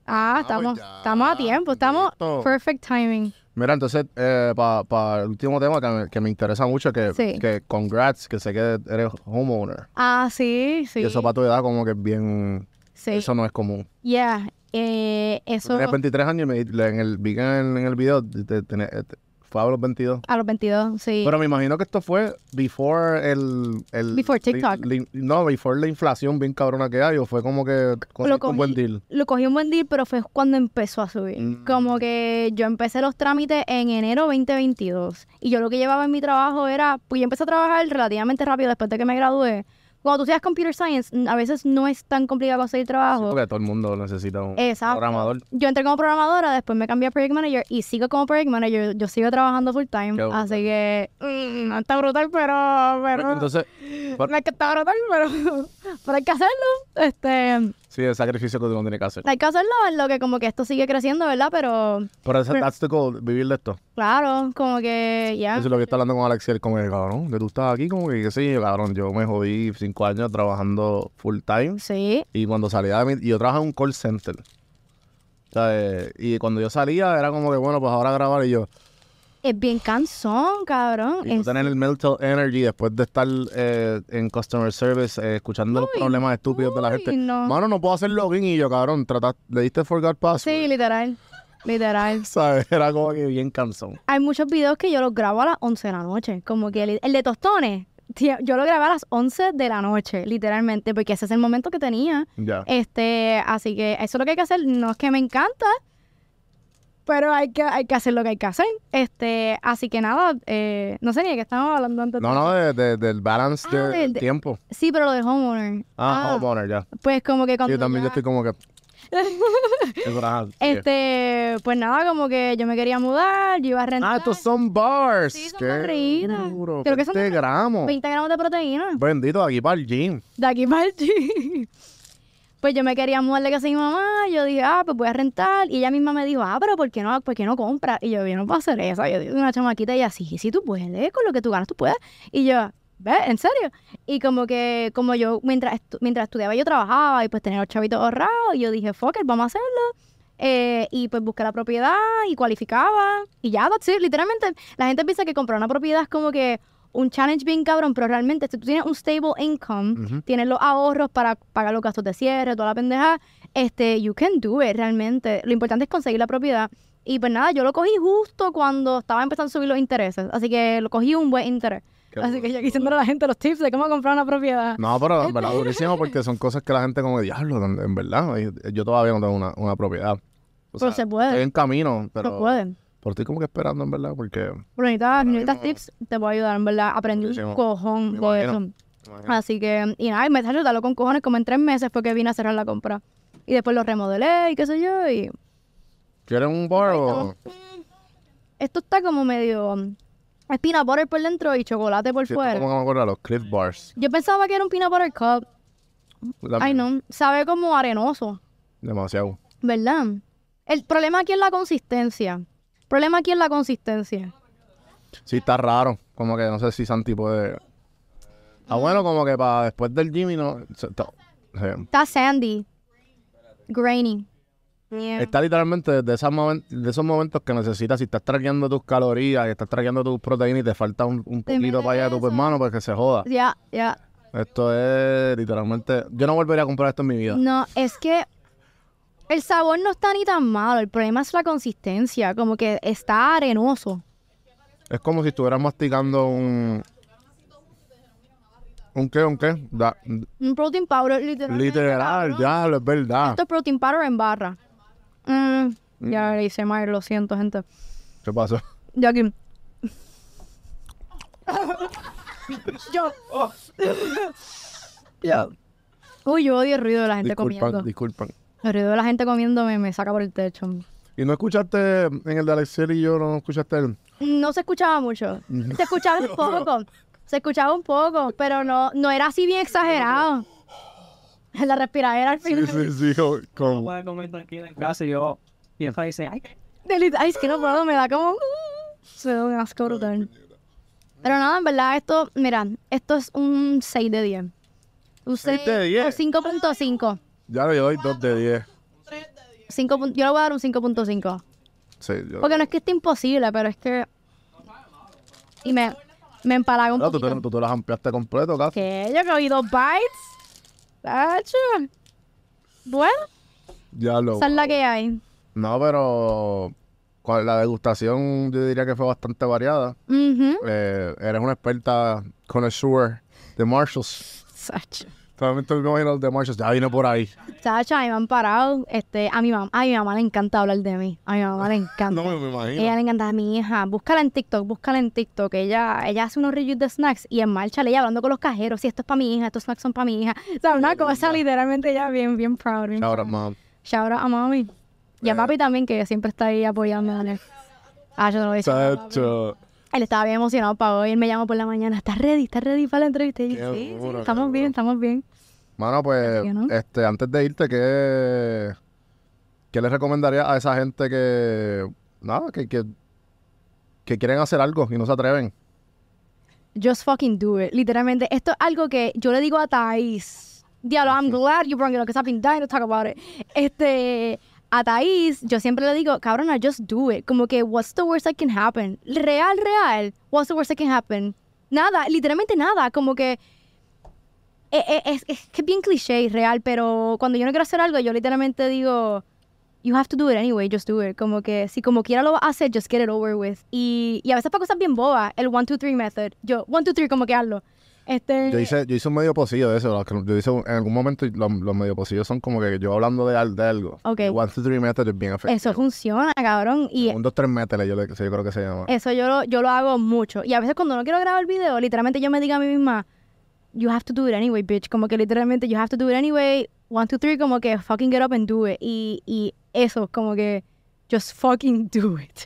Ah, pues estamos, ya, estamos a tiempo, estamos listo. perfect timing. Mira, entonces, para el último tema que me, que me interesa mucho, que, Sí. que congrats, que sé que eres homeowner. Ah, sí, sí. Y eso para tu edad, como que es bien. sí. Eso no es común. Yeah, eh, Tú eso Tienes 23 años y me, le- en el, vi que en, en el video te- te- tenés- eh, te- fue a los 22. a los 22, sí. Pero me imagino que esto fue before el. el Before TikTok. la in- no, before la inflación bien cabrona que hay, o fue como que Lo con un cogí. buen deal. Lo cogí un buen deal, pero fue cuando empezó a subir. Mm. Como que yo empecé los trámites en enero 2022. Y yo lo que llevaba en mi trabajo era, pues yo empecé a trabajar relativamente rápido después de que me gradué. Cuando tú seas computer science, mm, a veces no es tan complicado conseguir trabajo. Porque todo el mundo necesita un Exacto. programador. Yo entré como programadora, después me cambié a project manager y sigo como project manager. Yo sigo trabajando full time. Qué brutal. Así que mm, no está brutal, pero, pero Entonces, *laughs* no es que está brutal, pero, pero hay que hacerlo. Este, Sí, el sacrificio que uno tiene que hacer. Hay que hacerlo en lo que como que esto sigue creciendo, ¿verdad? Pero Pero ese, that's the goal, vivir de esto. claro, como que ya. Eso es lo que está hablando con Alexiel, como que, cabrón, que tú estás aquí, como que, que sí, cabrón, yo me jodí cinco años trabajando full time. Sí, Y cuando salía de mi- y yo trabajaba en un call center. O sea, eh, y cuando yo salía era como que, bueno, pues ahora grabar y yo. es bien cansón, cabrón. Y tú Es- tener el mental energy después de estar eh, en customer service, eh, escuchando los problemas estúpidos de la uy, gente. no. Mano, no puedo hacer login y yo, cabrón, tratas- le diste forgot password. Sí, literal. *laughs* Literal. ¿Sabes? Era como que bien cansón. Hay muchos videos que yo los grabo a las 11 de la noche. Como que el, el de tostones, tío, yo lo grabé a las 11 de la noche, literalmente, porque ese es el momento que tenía. Ya. Este, así que eso es lo que hay que hacer. No es que me encanta, pero hay que, hay que hacer lo que hay que hacer. Este, así que nada, eh, no sé ni de qué estábamos hablando antes. No, no, de- de- del balance Ah, de del- de- tiempo. Sí, pero lo de homeowner. Ah, homeowner, ya. Pues como que Sí, cuando Yo también ya- yo estoy *laughs* como que. Eso era- sí. Este, pues nada, como que yo me quería mudar, yo iba a rentar Ah, estos son bars. Sí, son Qué barritas. duro, Creo que son 20 gramos. 20 gramos de proteína. Bendito, aquí para el gym. De aquí para *laughs* allí. Pues yo me quería mudar de casa de mi mamá. Yo dije, ah, pues voy a rentar. Y ella misma me dijo, ah, pero ¿por qué no, por qué no compras? Y yo, yo no puedo hacer eso. Yo soy una chamaquita y así, sí, sí, tú puedes, con lo que tú ganas, tú puedes. Y yo, ¿ves? ¿En serio? Y como que, como yo, mientras, estu- mientras estudiaba, yo trabajaba y pues tenía los chavitos ahorrados. Y yo dije, fuck it, vamos a hacerlo. Eh, y pues busqué la propiedad y cualificaba. Y ya, that's it. Literalmente, la gente piensa que comprar una propiedad es como que un challenge bien cabrón, pero realmente, si tú tienes un stable income, Ujú. tienes los ahorros para pagar los gastos de cierre, toda la pendeja, este, you can do it realmente. Lo importante es conseguir la propiedad. Y pues nada, yo lo cogí justo cuando estaba empezando a subir los intereses. Así que lo cogí un buen interés. Qué así que duro, yo aquí dándole a la gente los tips de cómo comprar una propiedad. No, pero en *laughs* verdad durísimo porque son cosas que la gente como diablo, en en verdad. y- Yo todavía no tengo una, una propiedad. O sea, Pero se puede. Estoy en camino, pero, no pueden. pero estoy como que esperando, en verdad, porque Pero necesitas, necesitas mismo- tips, te puedo ayudar, en verdad. Aprendí un Buenísimo. Me cojón de eso. imagino. imagínate, Así que, y nada, y me salió darlo con cojones como en tres meses porque vine a cerrar la compra. Y después lo remodelé y qué sé yo, y ¿quieres un bar o...? Esto está como medio mm, es peanut butter por dentro y chocolate por Sí, fuera. ¿Cómo que me acuerdo? Los Cliff Bars. Yo pensaba que era un peanut butter cup. Ay, También, no. Sabe como arenoso, Demasiado. ¿verdad? El problema aquí es la consistencia. El problema aquí es la consistencia. Sí, está raro. Como que no sé si Santi puede... Ah, bueno, como que para después del gym y no... se- to- sí. Está sandy. Grainy. Yeah. Está literalmente de, esas momen- de esos momentos que necesitas, si estás traqueando tus calorías y estás traqueando tus proteínas y te falta un, un poquito metes para allá de tu hermano, pues que se joda. Ya, ya. Esto es literalmente. Yo no volvería a comprar esto en mi vida. No, es que el sabor no está ni tan malo. El problema es la consistencia. Como que está arenoso. Es como si estuvieras masticando un. ¿Un qué? ¿Un qué? Da- Un protein powder literalmente. literal, ya, es verdad. Esto es protein powder en barra. Mm, ya le hice mal, lo siento, gente. ¿Qué pasó? Ya aquí. yo. Ya. Uy, yo odio el ruido de la gente comiendo. Disculpan, disculpan. El ruido de la gente comiendo me, me saca por el techo. ¿Y no escuchaste en el de Alexiel y yo? ¿No escuchaste el.? No se escuchaba mucho. Mm. Se escuchaba un poco. Se escuchaba un poco, pero no, no era así bien exagerado. La respiradera al Sí, *laughs* final. sí, sí. con- No Con, puede comer tranquila en casa y yo, y el dice, ay, Delito. Ay, es que no puedo, me da como. uh, Se da un asco brutal. Pero nada, en verdad, esto, mira, esto es un 6 de 10. Un ¿Seis 6 de 10? O 5.5. ya le doy 2 de 10. Cinco pun- Yo le voy a dar un 5.5. Sí, yo. Porque no es que esté imposible, pero es que. Y me, me empalaga un No, tú, poquito. te- tú te las ampliaste completo, casi. ¿Qué? Yo cogí dos bites. Tacho. Bueno, Ya lo. esa es la que hay. No, pero con la degustación yo diría que fue bastante variada. Mhm. Eh, eres una experta connoisseur de Marshalls. Sacho. También te me imagino los de Marshalls. Ya vino por ahí. Chacha, me han parado. Este, a mi mamá, a mi mamá le encanta hablar de mí. A mi *laughs* mamá le encanta. Ah, Ella imagino. le encanta a mi hija. Búscala en TikTok, búscala en TikTok. Ella, ella hace unos reviews de snacks y en marcha le ella hablando con los cajeros. Si esto es para mi hija, estos snacks son para mi hija. *laughs* O sea, una cosa literalmente ella bien, bien proud. bien Ahora, proud. mom. Shout out a mami. Y a papi también, que siempre está ahí apoyándome. Ah, yo no lo he dicho. Sacho. Él estaba bien emocionado para hoy. Él me llamó por la mañana. ¿Estás ready? ¿Estás ready para la entrevista? Y yo, Qué sí, sí, duro, qué estamos bien, duro. estamos bien. Mano, pues, Así que no. este, antes de irte, ¿qué, qué les recomendarías a esa gente que, nada, que, que, que quieren hacer algo y no se atreven? Just fucking do it. Literalmente, esto es algo que yo le digo a Thais. Diablo, I'm glad you brought it up because I've been dying to talk about it. Este, a Thais, yo siempre le digo, cabrona, just do it. Como que, what's the worst that can happen? Real, real. What's the worst that can happen? Nada, literalmente nada. Como que, eh, eh, es, es que es bien cliché y real, pero cuando yo no quiero hacer algo, yo literalmente digo, you have to do it anyway, just do it. Como que si como quiera lo vas a hacer, just get it over with. Y, y a veces para cosas bien bobas, el one, two, three method. Yo, one, two, three, como que hazlo. Este, Yo hice, yo hice un medio pocillo de eso. lo que- Yo hice un- en algún momento y los, los medio pocillos son como que yo hablando de, al- de algo. Ok. Y One, two, three method es bien efectivo. eso funciona, cabrón. Y Un, dos, tres métele, yo, le- yo creo que se llama. eso yo lo, yo lo hago mucho. Y a veces cuando no quiero grabar el video, literalmente yo me digo a mí misma, you have to do it anyway, bitch. Como que literalmente, you have to do it anyway. One, two, three, como que fucking get up and do it. Y, y eso, como que just fucking do it.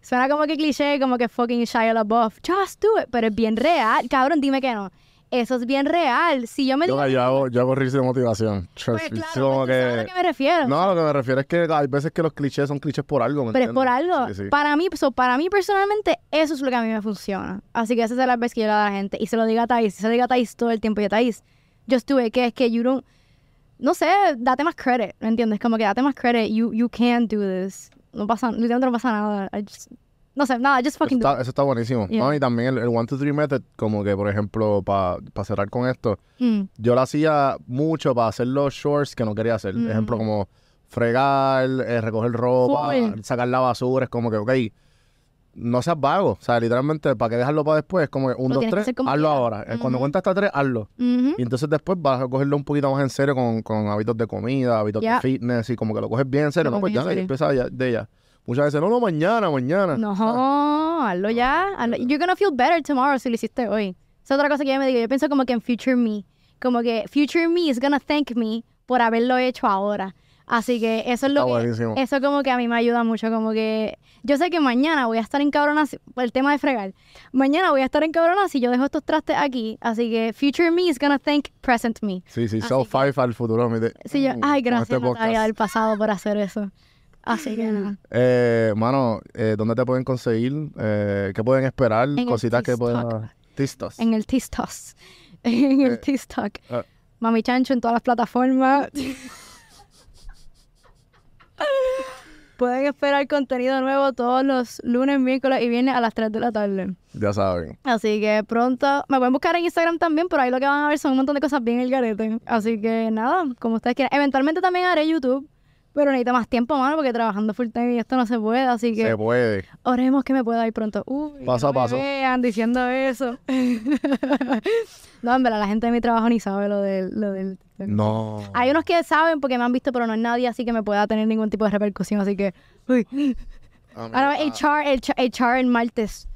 Suena como que cliché, como que fucking Shia LaBeouf. Just do it. Pero es bien real. Cabrón, dime que no. Eso es bien real. Si yo me digo... Yo, yo hago, yo hago reels de motivación. Trust me. Es como pues, tú sabes a lo que- que me refiero. No, a lo que me refiero es que hay veces que los clichés son clichés por algo, ¿me Pero es por entiendes? algo. Sí, sí. Para mí, so, para mí personalmente, eso es lo que a mí me funciona. Así que esa es la vez que yo le doy a la gente. Y se lo digo a Thais. Se lo digo a Thais todo el tiempo. Y a Thais, yo estuve, que es que you don't... No sé, date más credit, ¿me entiendes? Como que date más credit. You, you can do this. No pasa... Literalmente no pasa nada. I just- no sé, nada. Just Eso fucking do está, eso está buenísimo. Yeah. No, y también el, el one, two, three method, como que, por ejemplo, para cerrar con esto, it. Mm, yo lo hacía mucho para hacer los shorts que no quería hacer. Mm. Ejemplo, como fregar, eh, recoger ropa, Full. sacar la basura. Es como que, ok, no seas vago. O sea, literalmente, ¿para qué dejarlo para después? Como que un, Lo dos, tienes que tres, hacer como hazlo quieras. ahora. Eh, Cuando Ujú. cuentas hasta tres, hazlo. mhm. Y entonces después vas a cogerlo un poquito más en serio con, con hábitos de comida, hábitos Yeah. de fitness y como que lo coges bien en serio. Lo No, pues coges en ya, serio. empieza ya- de ella. Muchas veces, no, no, mañana, mañana. No, hazlo ya. hazlo- You're gonna feel better tomorrow si lo hiciste hoy. Es otra cosa que yo me digo. Yo pienso como que en future me. Como que future me is gonna thank me por haberlo hecho ahora. Así que eso es Está lo que... buenísimo. Eso como que a mí me ayuda mucho, como que yo sé que mañana voy a estar en cabronas por el tema de fregar. Mañana voy a estar en cabronas si yo dejo estos trastes aquí, así que future me is gonna thank present me. Sí, sí, Así so Ah, que- five al futuro. mi de- Sí, yo, Mm, ay, con gracias este Natalia podcast. del pasado por hacer eso. *laughs* Así que nada. Eh, mano, eh, ¿dónde te pueden conseguir? Eh, ¿Qué pueden esperar? el Cositas que Tis puedan... Talk. Tistos. En el TikTok. *laughs* En el Eh, TikTok. ah. Mami Chancho en todas *laughs* las plataformas. Pueden esperar contenido nuevo todos los lunes, miércoles y viernes a las 3 de la tarde. Ya saben. Así que pronto me pueden buscar en Instagram también, pero ahí lo que van a ver son un montón de cosas bien el garete. Así que nada, como ustedes quieran. Eventualmente también haré YouTube, pero necesito más tiempo, mano, porque trabajando full time y esto no se puede. Así que Se puede. Oremos que me pueda ir pronto. Uy, que Paso a no me paso. vean diciendo eso. *laughs* no, en verdad, la gente de mi trabajo ni sabe lo del, lo del TikTok. No. Hay unos que saben porque me han visto, pero no es nadie así que me pueda tener ningún tipo de repercusión. Así que, uy. Ah, mira, Ahora ah. HR, HR, HR el martes.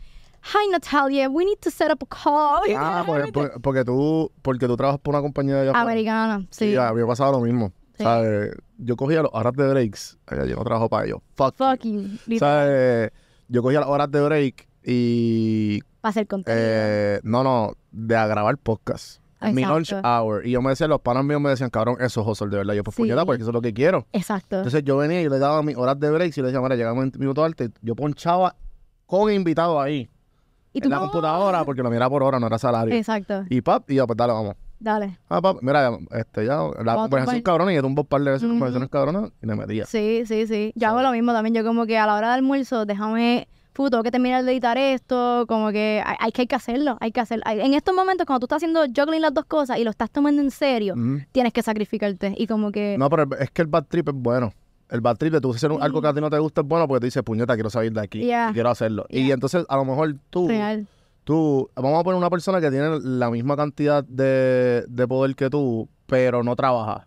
Hi, Natalia, we need to set up a call. Ah, porque, porque- porque tú, porque tú trabajas por una compañía de allá afuera. Americana, sí. Sí, a mí me pasaba lo mismo. Sí. ¿Sabes? Yo cogía las horas de breaks. Ay, Yo no trabajo para ellos. Fuck. Fucking, para ¿Sabes? Yo cogía las horas de break y. hacer contenido. eh, no, no, de a grabar podcast. Eh, Mi Exacto. lunch ah, hour. Y yo me decía, los panos míos me decían, cabrón, eso es hustle, de verdad. Yo, pues Sí. puñeta, porque eso es lo que quiero. Exacto. Entonces yo venía y le daba mis horas de breaks y le decía, mira, llegamos en minuto arte. Yo ponchaba con invitado ahí. y tú, En la no. computadora, porque lo miraba por hora, no era salario. Exacto, Y pap, y yo, pues dale, vamos. dale. Ah, papá, mira, este, ya, la Vamos a conversación tumbar. cabrona y yo tumbó un par de veces Ujú. conversaciones cabronas y le metía. Sí, sí, sí. Yo hago lo mismo también. Yo como que a la hora de almuerzo, déjame, puto, tengo que terminar de editar esto, como que hay, hay que, hay que hacerlo, hay que hacerlo. Hay- en estos momentos, cuando tú estás haciendo juggling las dos cosas y lo estás tomando en serio, Ujú. tienes que sacrificarte. Y como que... No, pero el- es que el bad trip es bueno. El bad trip de tú hacer un- algo que a ti no te gusta es bueno porque te dices, puñeta, quiero salir de aquí Yeah. y quiero hacerlo. Y Yeah. entonces, a lo mejor tú, Real. tú, vamos a poner una persona que tiene la misma cantidad de, de poder que tú, pero no trabaja.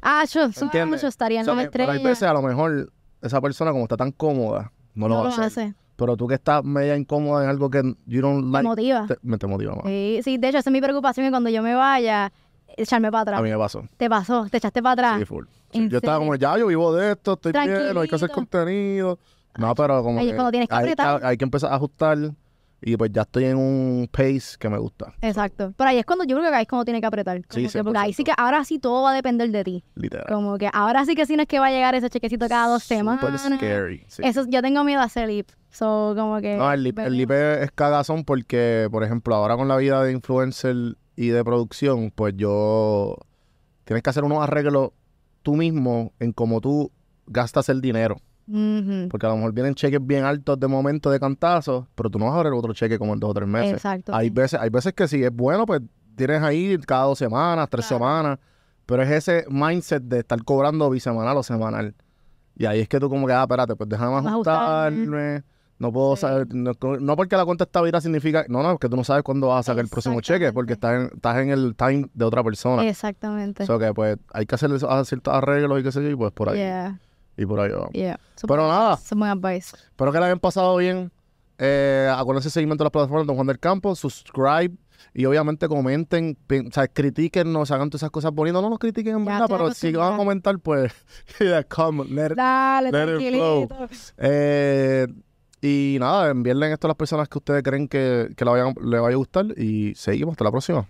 Ah, yo, so- ¿Entiendes? yo estaría en So, la eh, pero estrella. hay veces, a lo mejor, esa persona, como está tan cómoda, no lo no va lo a hacer. hace. Pero tú que estás media incómoda en algo que you don't Me like, motiva. te- me te motiva más. Sí, sí, de hecho, esa es mi preocupación que cuando yo me vaya, echarme para atrás. A mí me pasó. Te pasó, te echaste para atrás. Sí, full. Sí, Ah, ¿En Yo estaba como, serio? ya, yo vivo de esto, estoy bien, no hay que hacer Tranquilito. contenido. No, pero como Ay, que cuando tienes que hay, apretar. hay- hay que empezar a ajustar Y pues ya estoy en un pace que me gusta, Exacto. Pero ahí es cuando yo creo que ahí es cuando tiene que apretar. Como Sí, que- porque ahí 100%. sí que ahora sí todo va a depender de ti. literal. Como que ahora sí que sí no es que va a llegar ese chequecito cada dos semanas. Super scary. sí. Eso, yo tengo miedo a hacer lip. So, como que. No, el lip, el lip es es cagazón porque, por ejemplo, ahora con la vida de influencer y de producción, pues yo tienes que hacer unos arreglos tú mismo en cómo tú gastas el dinero. Ujú. Porque a lo mejor vienen cheques bien altos de momento de cantazos, pero tú no vas a abrir otro cheque como en dos o tres meses. Exacto. Hay sí. veces, hay veces que sí es bueno, pues tienes ahí cada dos semanas, tres semanas, pero es ese mindset de estar cobrando bisemanal o semanal. Y ahí es que tú como que, ah, espérate, pues déjame Vas a ajustarme. ajustarme, no puedo Sí. saber, no, no porque la cuenta está virada significa, no, no, que tú no sabes cuándo vas a sacar el próximo cheque, porque estás en, estás en el time de otra persona. Exactamente. O sea que pues hay que hacer esos- ciertos arreglos y qué sé yo, y pues por ahí, Yeah, y por ahí vamos. yeah. So, Pero nada, Some advice. Espero que la hayan pasado bien. Eh, acuérdense de seguimiento de las plataformas de Don Juan del Campo. Subscribe. Y obviamente comenten, pi- o sea, critiquennos, hagan todas esas cosas bonitas. No nos critiquen en Ya verdad, estoy pero si van a acostumbrada. comentar, pues, *laughs* yeah, comment, let it- Dale, Let it flow. tranquilito. Eh, y nada, envíenle esto a las personas que ustedes creen que, que la vayan- le vaya a gustar. Y seguimos, hasta la próxima.